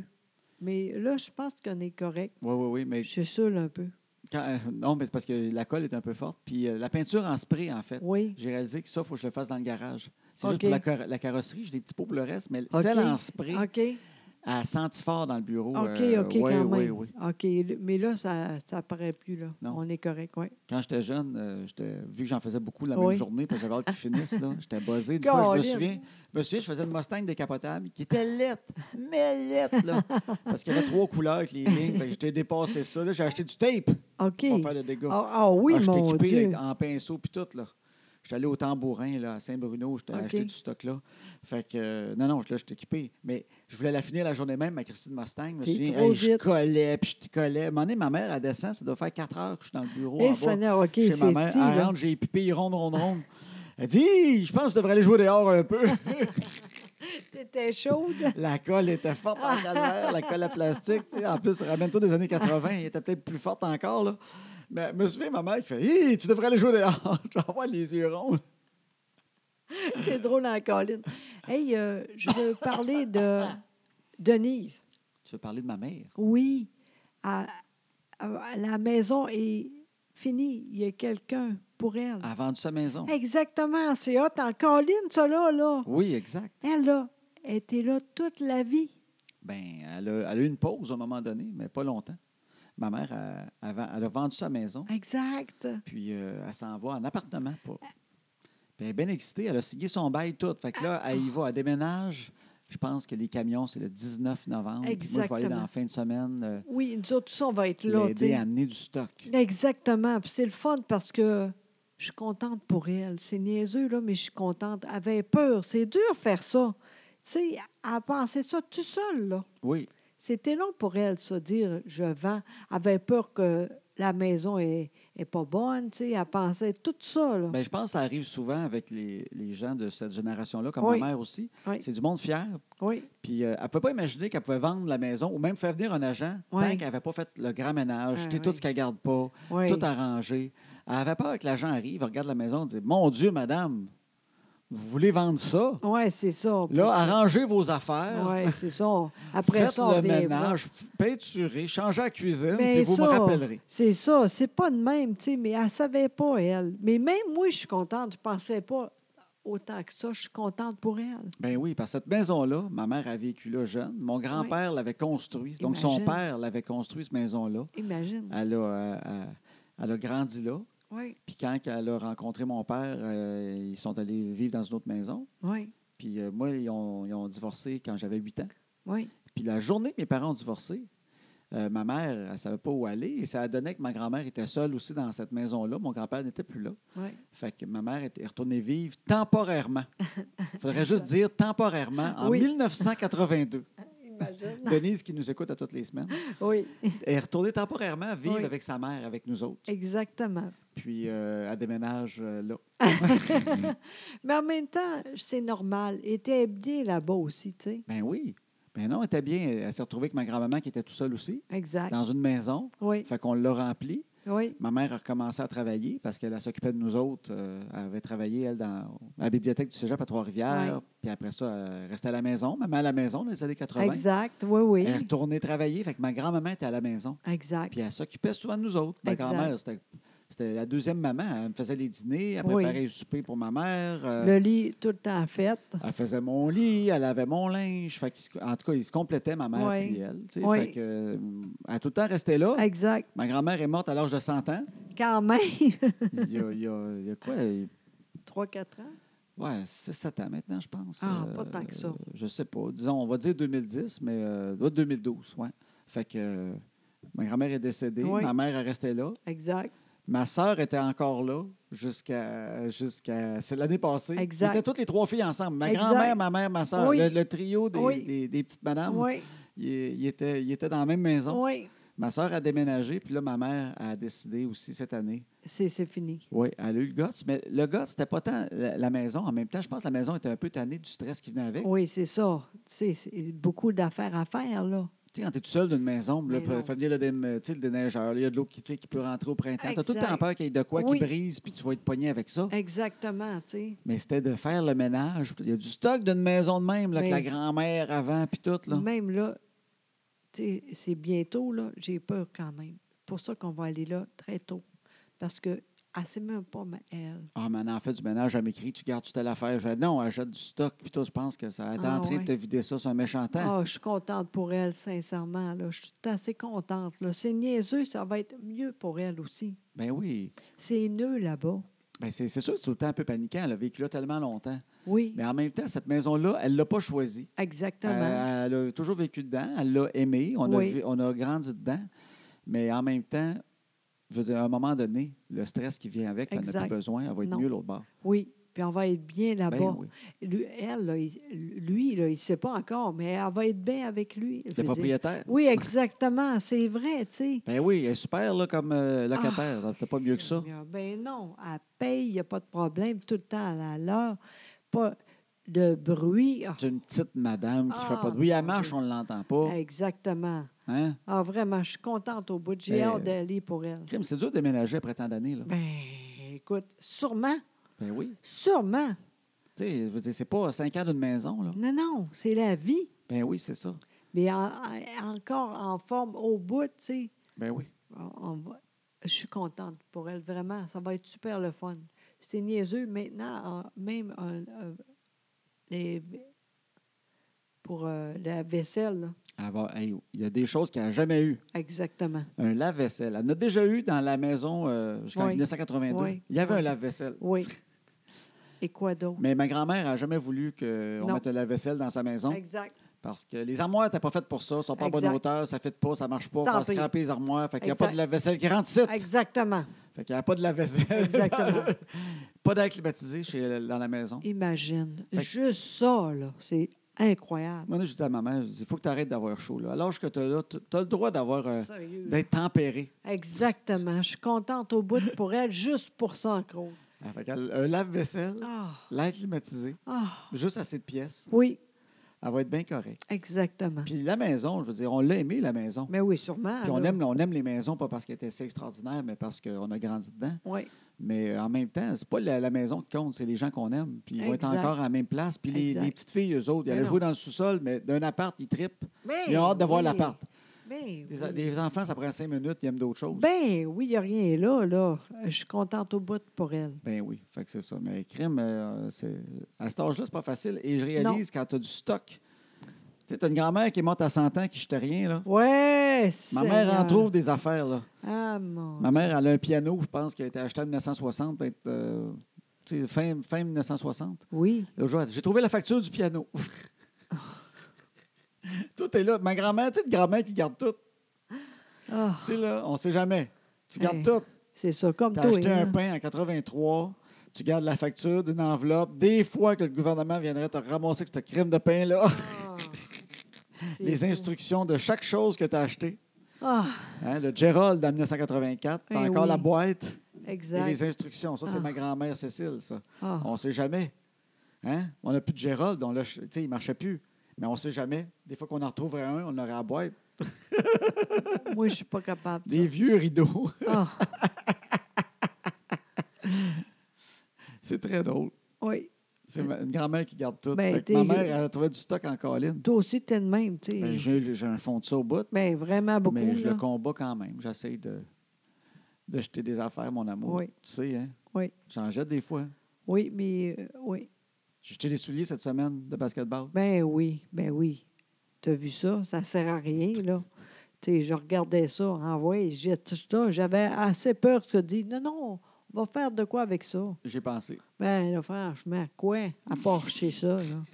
S2: Mais là, je pense qu'on est correct.
S1: Oui, oui, oui. Mais
S2: Je suis seule un peu.
S1: quand- euh, non, mais c'est parce que la colle est un peu forte. Puis euh, la peinture en spray, en fait.
S2: Oui.
S1: J'ai réalisé que ça, il faut que je le fasse dans le garage. C'est juste pour
S2: OK.
S1: la, car- la carrosserie, j'ai des petits pots pour le reste, mais
S2: OK.
S1: celle en spray,
S2: OK.
S1: à sentifort dans le bureau.
S2: OK,
S1: euh,
S2: OK,
S1: ouais,
S2: quand
S1: ouais,
S2: même.
S1: ouais.
S2: OK. le- Mais là, ça n'apparaît plus, là.
S1: Non.
S2: On est correct, oui.
S1: Quand j'étais jeune, euh, j'étais- vu que j'en faisais beaucoup la
S2: Oui.
S1: même journée, puis j'avais hâte qu'ils finissent, là, j'étais buzzé. Une fois, je me
S2: Colin.
S1: souviens, je me souviens, je faisais une Mustang décapotable qui était lette, mais lette,
S2: [LAUGHS]
S1: là, parce qu'il y avait trois couleurs avec les lignes. Fait que j'étais dépassé ça. Là, j'ai acheté du tape
S2: OK.
S1: pour faire le dégât.
S2: Ah ah oui,
S1: Ah, j'étais
S2: mon
S1: équipé
S2: Dieu.
S1: avec- en pinceau puis tout, là. J'étais allé au tambourin là, à Saint-Bruno, j'étais
S2: OK.
S1: acheté du stock-là. Fait que, euh, non, non, là, j'étais équipé. Mais je voulais la finir la journée même, ma Christine Mustang. Je me
S2: T'es
S1: souviens,
S2: trop
S1: hey, je
S2: vite.
S1: collais, puis je collais. À un moment donné, ma mère, elle descend, ça doit faire quatre heures que je suis dans le bureau.
S2: Eh,
S1: en bas,
S2: Seigneur, OK, c'est
S1: chez ma
S2: petit,
S1: mère, elle
S2: là.
S1: rentre, j'ai pipé, ronde, ronde, ronde. Elle dit, Hi, je pense que je devrais aller jouer dehors un [LAUGHS] peu.
S2: T'étais chaude. [LAUGHS]
S1: la colle était forte en calvaire, la colle à plastique. tu sais. En plus, ramène-toi des années 80, elle était peut-être plus forte encore. Là. Mais je me souviens, ma mère qui fait Hi, tu devrais aller jouer dehors. [LAUGHS] Je vais avoir les yeux ronds.
S2: C'est drôle en colline. Hey, euh, je veux parler de Denise.
S1: Tu veux parler de ma mère?
S2: Oui, à- à- la maison est finie. Il y a quelqu'un pour elle.
S1: Elle a vendu sa maison.
S2: Exactement, c'est hot en colline, ça là, là.
S1: Oui, exact.
S2: Elle, là, elle était là toute la vie.
S1: Ben, elle a, elle a eu une pause à un moment donné, mais pas longtemps. Ma mère, elle, elle vend- elle a vendu sa maison,
S2: Exact.
S1: puis euh, elle s'en va en appartement. Pas. Puis elle est bien excitée, elle a signé son bail tout. Fait que là, elle y va, elle déménage. Je pense que les camions, c'est le 19 novembre. Puis Moi, je vais aller dans
S2: Exactement.
S1: la fin de semaine euh,
S2: Oui, nous autres, tous, on va être là. tu
S1: l'aider
S2: sais.
S1: à amener du stock.
S2: Exactement. Puis c'est le fun parce que je suis contente pour elle. C'est niaiseux, là, mais je suis contente. Elle avait peur. C'est dur faire ça. Tu sais, elle a pensé ça tout seul, là.
S1: Oui,
S2: C'était long pour elle, se dire je vends. Elle avait peur que la maison est, est pas bonne, tu sais. Elle pensait tout ça, là.
S1: ben, je pense que ça arrive souvent avec les, les gens de cette génération-là, comme
S2: Oui.
S1: ma mère aussi.
S2: Oui.
S1: C'est du monde fier,
S2: oui.
S1: Puis euh, elle ne pouvait pas imaginer qu'elle pouvait vendre la maison ou même faire venir un agent
S2: Ouais.
S1: tant qu'elle n'avait pas fait le grand ménage,
S2: Ah,
S1: tu sais, tout
S2: oui.
S1: ce qu'elle garde pas,
S2: oui.
S1: tout arrangé. Elle avait peur que l'agent arrive, regarde la maison, dit Mon Dieu, madame, vous voulez vendre ça
S2: Ouais, c'est ça.
S1: Là, arrangez vos affaires, [LAUGHS]
S2: Oui, c'est ça. Après
S1: faites
S2: ça, on
S1: le
S2: vient voir.
S1: ménage, peinturez, changez la cuisine,
S2: Mais
S1: puis vous me
S2: ça,
S1: rappellerez.
S2: C'est ça, c'est pas de même, tu sais, mais elle savait pas, elle. Mais même moi, je suis contente, je pensais pas autant que ça, je suis contente pour elle.
S1: Ben oui, parce que cette maison-là, ma mère a vécu là jeune. Mon grand-père l'avait construite. Donc, son
S2: Imagine.
S1: père l'avait construit, cette maison-là.
S2: Imagine.
S1: Elle a, euh, euh, elle a grandi là.
S2: Oui,
S1: Puis quand elle a rencontré mon père, euh, ils sont allés vivre dans une autre maison.
S2: oui,
S1: Puis euh, moi, ils ont, ils ont divorcé quand j'avais 8 ans.
S2: oui.
S1: Puis la journée que mes parents ont divorcé, euh, ma mère, elle ne savait pas où aller. Et ça a donné que ma grand-mère était seule aussi dans cette maison-là. Mon grand-père n'était plus là.
S2: oui.
S1: Fait que ma mère est retournée vivre
S2: [LAUGHS]
S1: temporairement. Il faudrait juste dire temporairement en
S2: Oui.
S1: 1982.
S2: [LAUGHS] Imagine.
S1: Denise, qui nous écoute à toutes les semaines,
S2: Oui,
S1: est retournée temporairement vivre
S2: Oui.
S1: avec sa mère, avec nous autres.
S2: exactement.
S1: Puis euh, elle déménage euh, là.
S2: Mais en même temps, c'est normal. Elle était bien là-bas aussi, tu sais.
S1: Ben oui. Ben non, elle était bien. Elle s'est retrouvée avec ma grand-maman qui était tout seule aussi,
S2: Exact.
S1: dans une maison.
S2: Oui,
S1: Fait qu'on l'a remplie.
S2: oui,
S1: Ma mère a recommencé à travailler parce qu'elle elle s'occupait de nous autres. Euh, elle avait travaillé, elle, dans à la bibliothèque du Cégep à Trois-Rivières. Puis après ça, elle restait à la maison. Maman à la maison dans les années 80.
S2: exact. Oui, oui.
S1: Elle retournait travailler. Fait que ma grand-maman était à la maison.
S2: Exact.
S1: Hein? Puis elle s'occupait souvent de nous autres. Ma
S2: Exact.
S1: grand-mère, c'était... C'était la deuxième maman. Elle me faisait les dîners, elle
S2: Oui.
S1: préparait le souper pour ma mère. euh,
S2: Le lit tout le temps fait.
S1: Elle faisait mon lit, elle avait mon linge. Fait qu'ils se- en tout cas, ils se complétaient, ma mère
S2: Oui.
S1: et elle. tu sais.
S2: Oui.
S1: Fait que, euh, elle a tout le temps resté là.
S2: Exact.
S1: Ma grand-mère est morte à l'âge de 100 ans.
S2: Quand même. [LAUGHS]
S1: Il y a, il y a- il y a quoi? il-
S2: 3-4 ans.
S1: Ouais, 6-7 ans maintenant, je pense.
S2: Ah, pas tant que ça.
S1: euh, Je sais pas. Disons, on va dire 2010, mais euh, ouais, 2012, ouais. Fait que euh, ma grand-mère est décédée,
S2: Oui.
S1: ma mère est restée là.
S2: Exact.
S1: Ma sœur était encore là jusqu'à jusqu'à c'est l'année passée.
S2: Exact.
S1: Ils étaient toutes les trois filles ensemble. Ma
S2: Exact.
S1: grand-mère, ma mère, ma sœur.
S2: Oui.
S1: Le, le trio des,
S2: Oui.
S1: des- des petites madames,
S2: Oui,
S1: ils, ils étaient, ils étaient dans la même maison.
S2: oui.
S1: Ma sœur a déménagé, puis là, ma mère a décidé aussi cette année.
S2: C'est c'est fini.
S1: Oui, elle a eu le guts, mais le guts, c'était pas tant la, la maison. En même temps, je pense que la maison était un peu tannée du stress qui venait avec.
S2: Oui, c'est ça. Tu sais, c'est beaucoup d'affaires à faire, là.
S1: Tu sais, quand tu es tout seul d'une maison, là,
S2: Mais non.
S1: fait venir le, dé- tu sais, le déneigeur, là, il y a de l'eau qui, tu sais, qui peut rentrer au printemps. Tu as tout le temps
S2: Exact.
S1: peur qu'il y ait de quoi
S2: Oui.
S1: qui brise, puis tu vas être poigné avec ça.
S2: Exactement, tu sais.
S1: Mais c'était de faire le ménage. Il y a du stock d'une maison de même, là, que
S2: Mais-
S1: la grand-mère avant, puis tout. Là.
S2: Même là, tu sais, c'est bientôt, là, j'ai peur quand même. Pour ça qu'on va aller là très tôt. Parce que Ah, c'est même pas ma elle.
S1: Ah, mais elle en fait du ménage, elle m'écrit, tu gardes toute l'affaire. Je dis, non, elle jette du stock, puis toi, je pense que ça elle est
S2: Ah,
S1: en train de
S2: ouais.
S1: te vider ça sur un méchant temps.
S2: Ah, je suis contente pour elle, sincèrement. Là. Je suis assez contente. là. C'est niaiseux, ça va être mieux pour elle aussi.
S1: Ben oui.
S2: C'est nœud là-bas.
S1: Ben c'est c'est sûr, c'est tout le temps un peu paniquant. Elle a vécu là tellement longtemps.
S2: Oui,
S1: Mais en même temps, cette maison-là, elle ne l'a pas choisie.
S2: exactement.
S1: Euh, Elle, a toujours vécu dedans, elle l'a aimé, on,
S2: Oui.
S1: a vi- on a grandi dedans. Mais en même temps, je veux dire, à un moment donné, le stress qui vient avec, elle n'a
S2: Exact.
S1: plus besoin, elle va être
S2: Non. Ah
S1: mieux l'autre bord.
S2: Oui, puis on va être bien là-bas.
S1: Ben oui.
S2: Lui- Elle, là, il- lui, là, il ne sait pas encore, mais elle va être bien avec lui.
S1: Le
S2: je veux dire.
S1: propriétaire.
S2: Oui, exactement. C'est vrai, tu sais.
S1: Ben oui, elle est super là, comme euh, locataire.
S2: Ah.
S1: T'as pas mieux que ça.
S2: Seigneur, Ben non, elle paye, il n'y a pas de problème, tout le temps à l'heure. Pas de bruit. Ah,
S1: C'est une petite madame qui fait
S2: Ah,
S1: pas de bruit. Elle
S2: mon
S1: marche,
S2: Dieu.
S1: on ne l'entend pas.
S2: Exactement.
S1: Hein?
S2: Ah, vraiment, je suis contente au bout. J'ai
S1: Ben,
S2: hâte d'aller pour elle.
S1: Crime, c'est dur de déménager après tant d'années. Là.
S2: Ben, écoute, sûrement,
S1: Ben oui.
S2: sûrement.
S1: Tu sais, je veux dire, c'est pas cinq ans d'une maison. Là.
S2: Non, non, c'est la vie.
S1: Ben oui, c'est ça.
S2: Mais en- en- encore en forme au bout, tu sais.
S1: Ben oui.
S2: On- on va- Je suis contente pour elle, vraiment. Ça va être super le fun. C'est niaiseux maintenant, en- même en- euh, les- pour euh, la vaisselle. là.
S1: Elle va- hey, il y a des choses qu'elle n'a jamais eues.
S2: Exactement.
S1: Un lave-vaisselle. Elle en a déjà eu dans la maison euh, jusqu'en
S2: Oui.
S1: 1982.
S2: Oui.
S1: Il y avait un
S2: Oui.
S1: lave-vaisselle.
S2: Oui. Et quoi d'autre?
S1: Mais ma grand-mère n'a jamais voulu qu'on
S2: Non.
S1: mette un lave-vaisselle dans sa maison
S2: Exact.
S1: parce que les armoires n'étaient pas faites pour ça. Elles sont pas en bonne
S2: Exact.
S1: hauteur, ça ne fit pas, ça marche pas.
S2: Tant
S1: On
S2: pis.
S1: scraper les armoires. Fait qu'il n'y a pas
S2: Exact.
S1: de lave-vaisselle qui rentre ici.
S2: Exactement.
S1: Fait qu'il n'y a pas de lave-vaisselle.
S2: Exactement.
S1: [LAUGHS] pas d'air climatisé chez, dans la maison.
S2: Imagine.
S1: Fait que-
S2: Juste ça, là. C'est incroyable.
S1: Moi, là, je dis à ma mère, je dis, il faut que tu arrêtes d'avoir chaud. Là. À l'âge que tu as là, tu as le droit d'avoir euh,
S2: Sérieux.
S1: d'être tempéré.
S2: Exactement. Je suis contente au bout pour elle, juste pour ça, en gros.
S1: Ah, fait qu'elle- un lave-vaisselle,
S2: Ah,
S1: l'air climatisé,
S2: ah.
S1: juste assez de pièces,
S2: Oui,
S1: elle va être bien correcte.
S2: exactement.
S1: Puis la maison, je veux dire, on l'a aimé, la maison.
S2: Mais oui, sûrement.
S1: Puis on
S2: Ah, là.
S1: aime, on aime les maisons, pas parce qu'elles étaient si extraordinaires, mais parce qu'on a grandi dedans.
S2: Oui,
S1: Mais euh, en même temps, c'est pas la, la maison qui compte, c'est les gens qu'on aime. Puis ils vont être
S2: Exact.
S1: encore à la même place. Puis les,
S2: Exact.
S1: les petites filles, eux autres, ils
S2: Mais
S1: allaient
S2: non.
S1: jouer dans le sous-sol, mais d'un appart, ils trippent.
S2: Ben
S1: Ils ont hâte d'avoir
S2: oui.
S1: l'appart.
S2: Ben
S1: Des,
S2: oui.
S1: des enfants, ça prend cinq minutes, ils aiment d'autres choses.
S2: Ben oui, il n'y a rien là, là. Je suis contente au bout pour elle.
S1: Ben oui, fait que c'est ça. Mais crime, euh, c'est- à cet âge-là, c'est pas facile. Et je réalise quand tu as du stock. Tu sais, t'as une grand-mère qui est morte à 100 ans, qui jette rien, là.
S2: Ouais,
S1: Ma mère en
S2: Seigneur.
S1: trouve des affaires, là.
S2: Ah, mon...
S1: Ma mère, elle a un piano, je pense, qui a été acheté en 1960, peut-être euh, tu sais, fin, fin 1960.
S2: Oui.
S1: L'autre jour, elle dit, j'ai trouvé la facture du piano. [LAUGHS] tout est là. Ma grand-mère, tu sais, une grand-mère qui garde tout.
S2: Ah,
S1: Tu sais, là, on sait jamais. Tu gardes
S2: Hey.
S1: tout.
S2: c'est ça, comme
S1: Tu
S2: toi.
S1: as acheté
S2: hein.
S1: un pain en 83, tu gardes la facture d'une enveloppe. Des fois que le gouvernement viendrait te ramasser ce crime de pain-là,
S2: Ah,
S1: [LAUGHS]
S2: c'est
S1: les
S2: beau.
S1: instructions de chaque chose que tu as acheté.
S2: Ah,
S1: Hein, le Gerald en 1984, t'as
S2: Eh
S1: encore
S2: oui.
S1: la boîte et les
S2: exact.
S1: instructions. Ça, c'est
S2: Ah.
S1: ma grand-mère Cécile, ça.
S2: Ah,
S1: On ne sait jamais. Hein? On n'a plus de Gerald, on l'a ch- tu sais, il ne marchait plus. Mais on ne sait jamais. Des fois qu'on en retrouverait un, on aurait la boîte.
S2: moi, je suis pas capable. de
S1: Des vieux rideaux.
S2: ça. Ah,
S1: [LAUGHS] c'est très drôle.
S2: oui.
S1: C'est ma- une grand-mère qui garde tout.
S2: Ben,
S1: Fait que ma
S2: t'es-
S1: mère, elle a trouvé du stock en colline.
S2: Toi aussi, t'es de même, tu
S1: Ben,
S2: sais.
S1: j'ai j'ai un fond de ça au bout,
S2: Ben, vraiment beaucoup,
S1: mais je
S2: là.
S1: le combats quand même. J'essaie de, de jeter des affaires, mon amour.
S2: Oui.
S1: Tu sais, hein?
S2: Oui.
S1: J'en jette des fois.
S2: Oui, mais... euh, oui.
S1: J'ai jeté des souliers cette semaine de basketball.
S2: Ben oui, ben oui. T'as vu ça? Ça sert à rien, là. Tu sais, je regardais ça, envoyé, j'ai tout ça. J'avais assez peur que dit non, non, on va faire de quoi avec ça?
S1: J'ai pensé.
S2: Ben là, franchement, quoi? À part chez ça, là. Ben,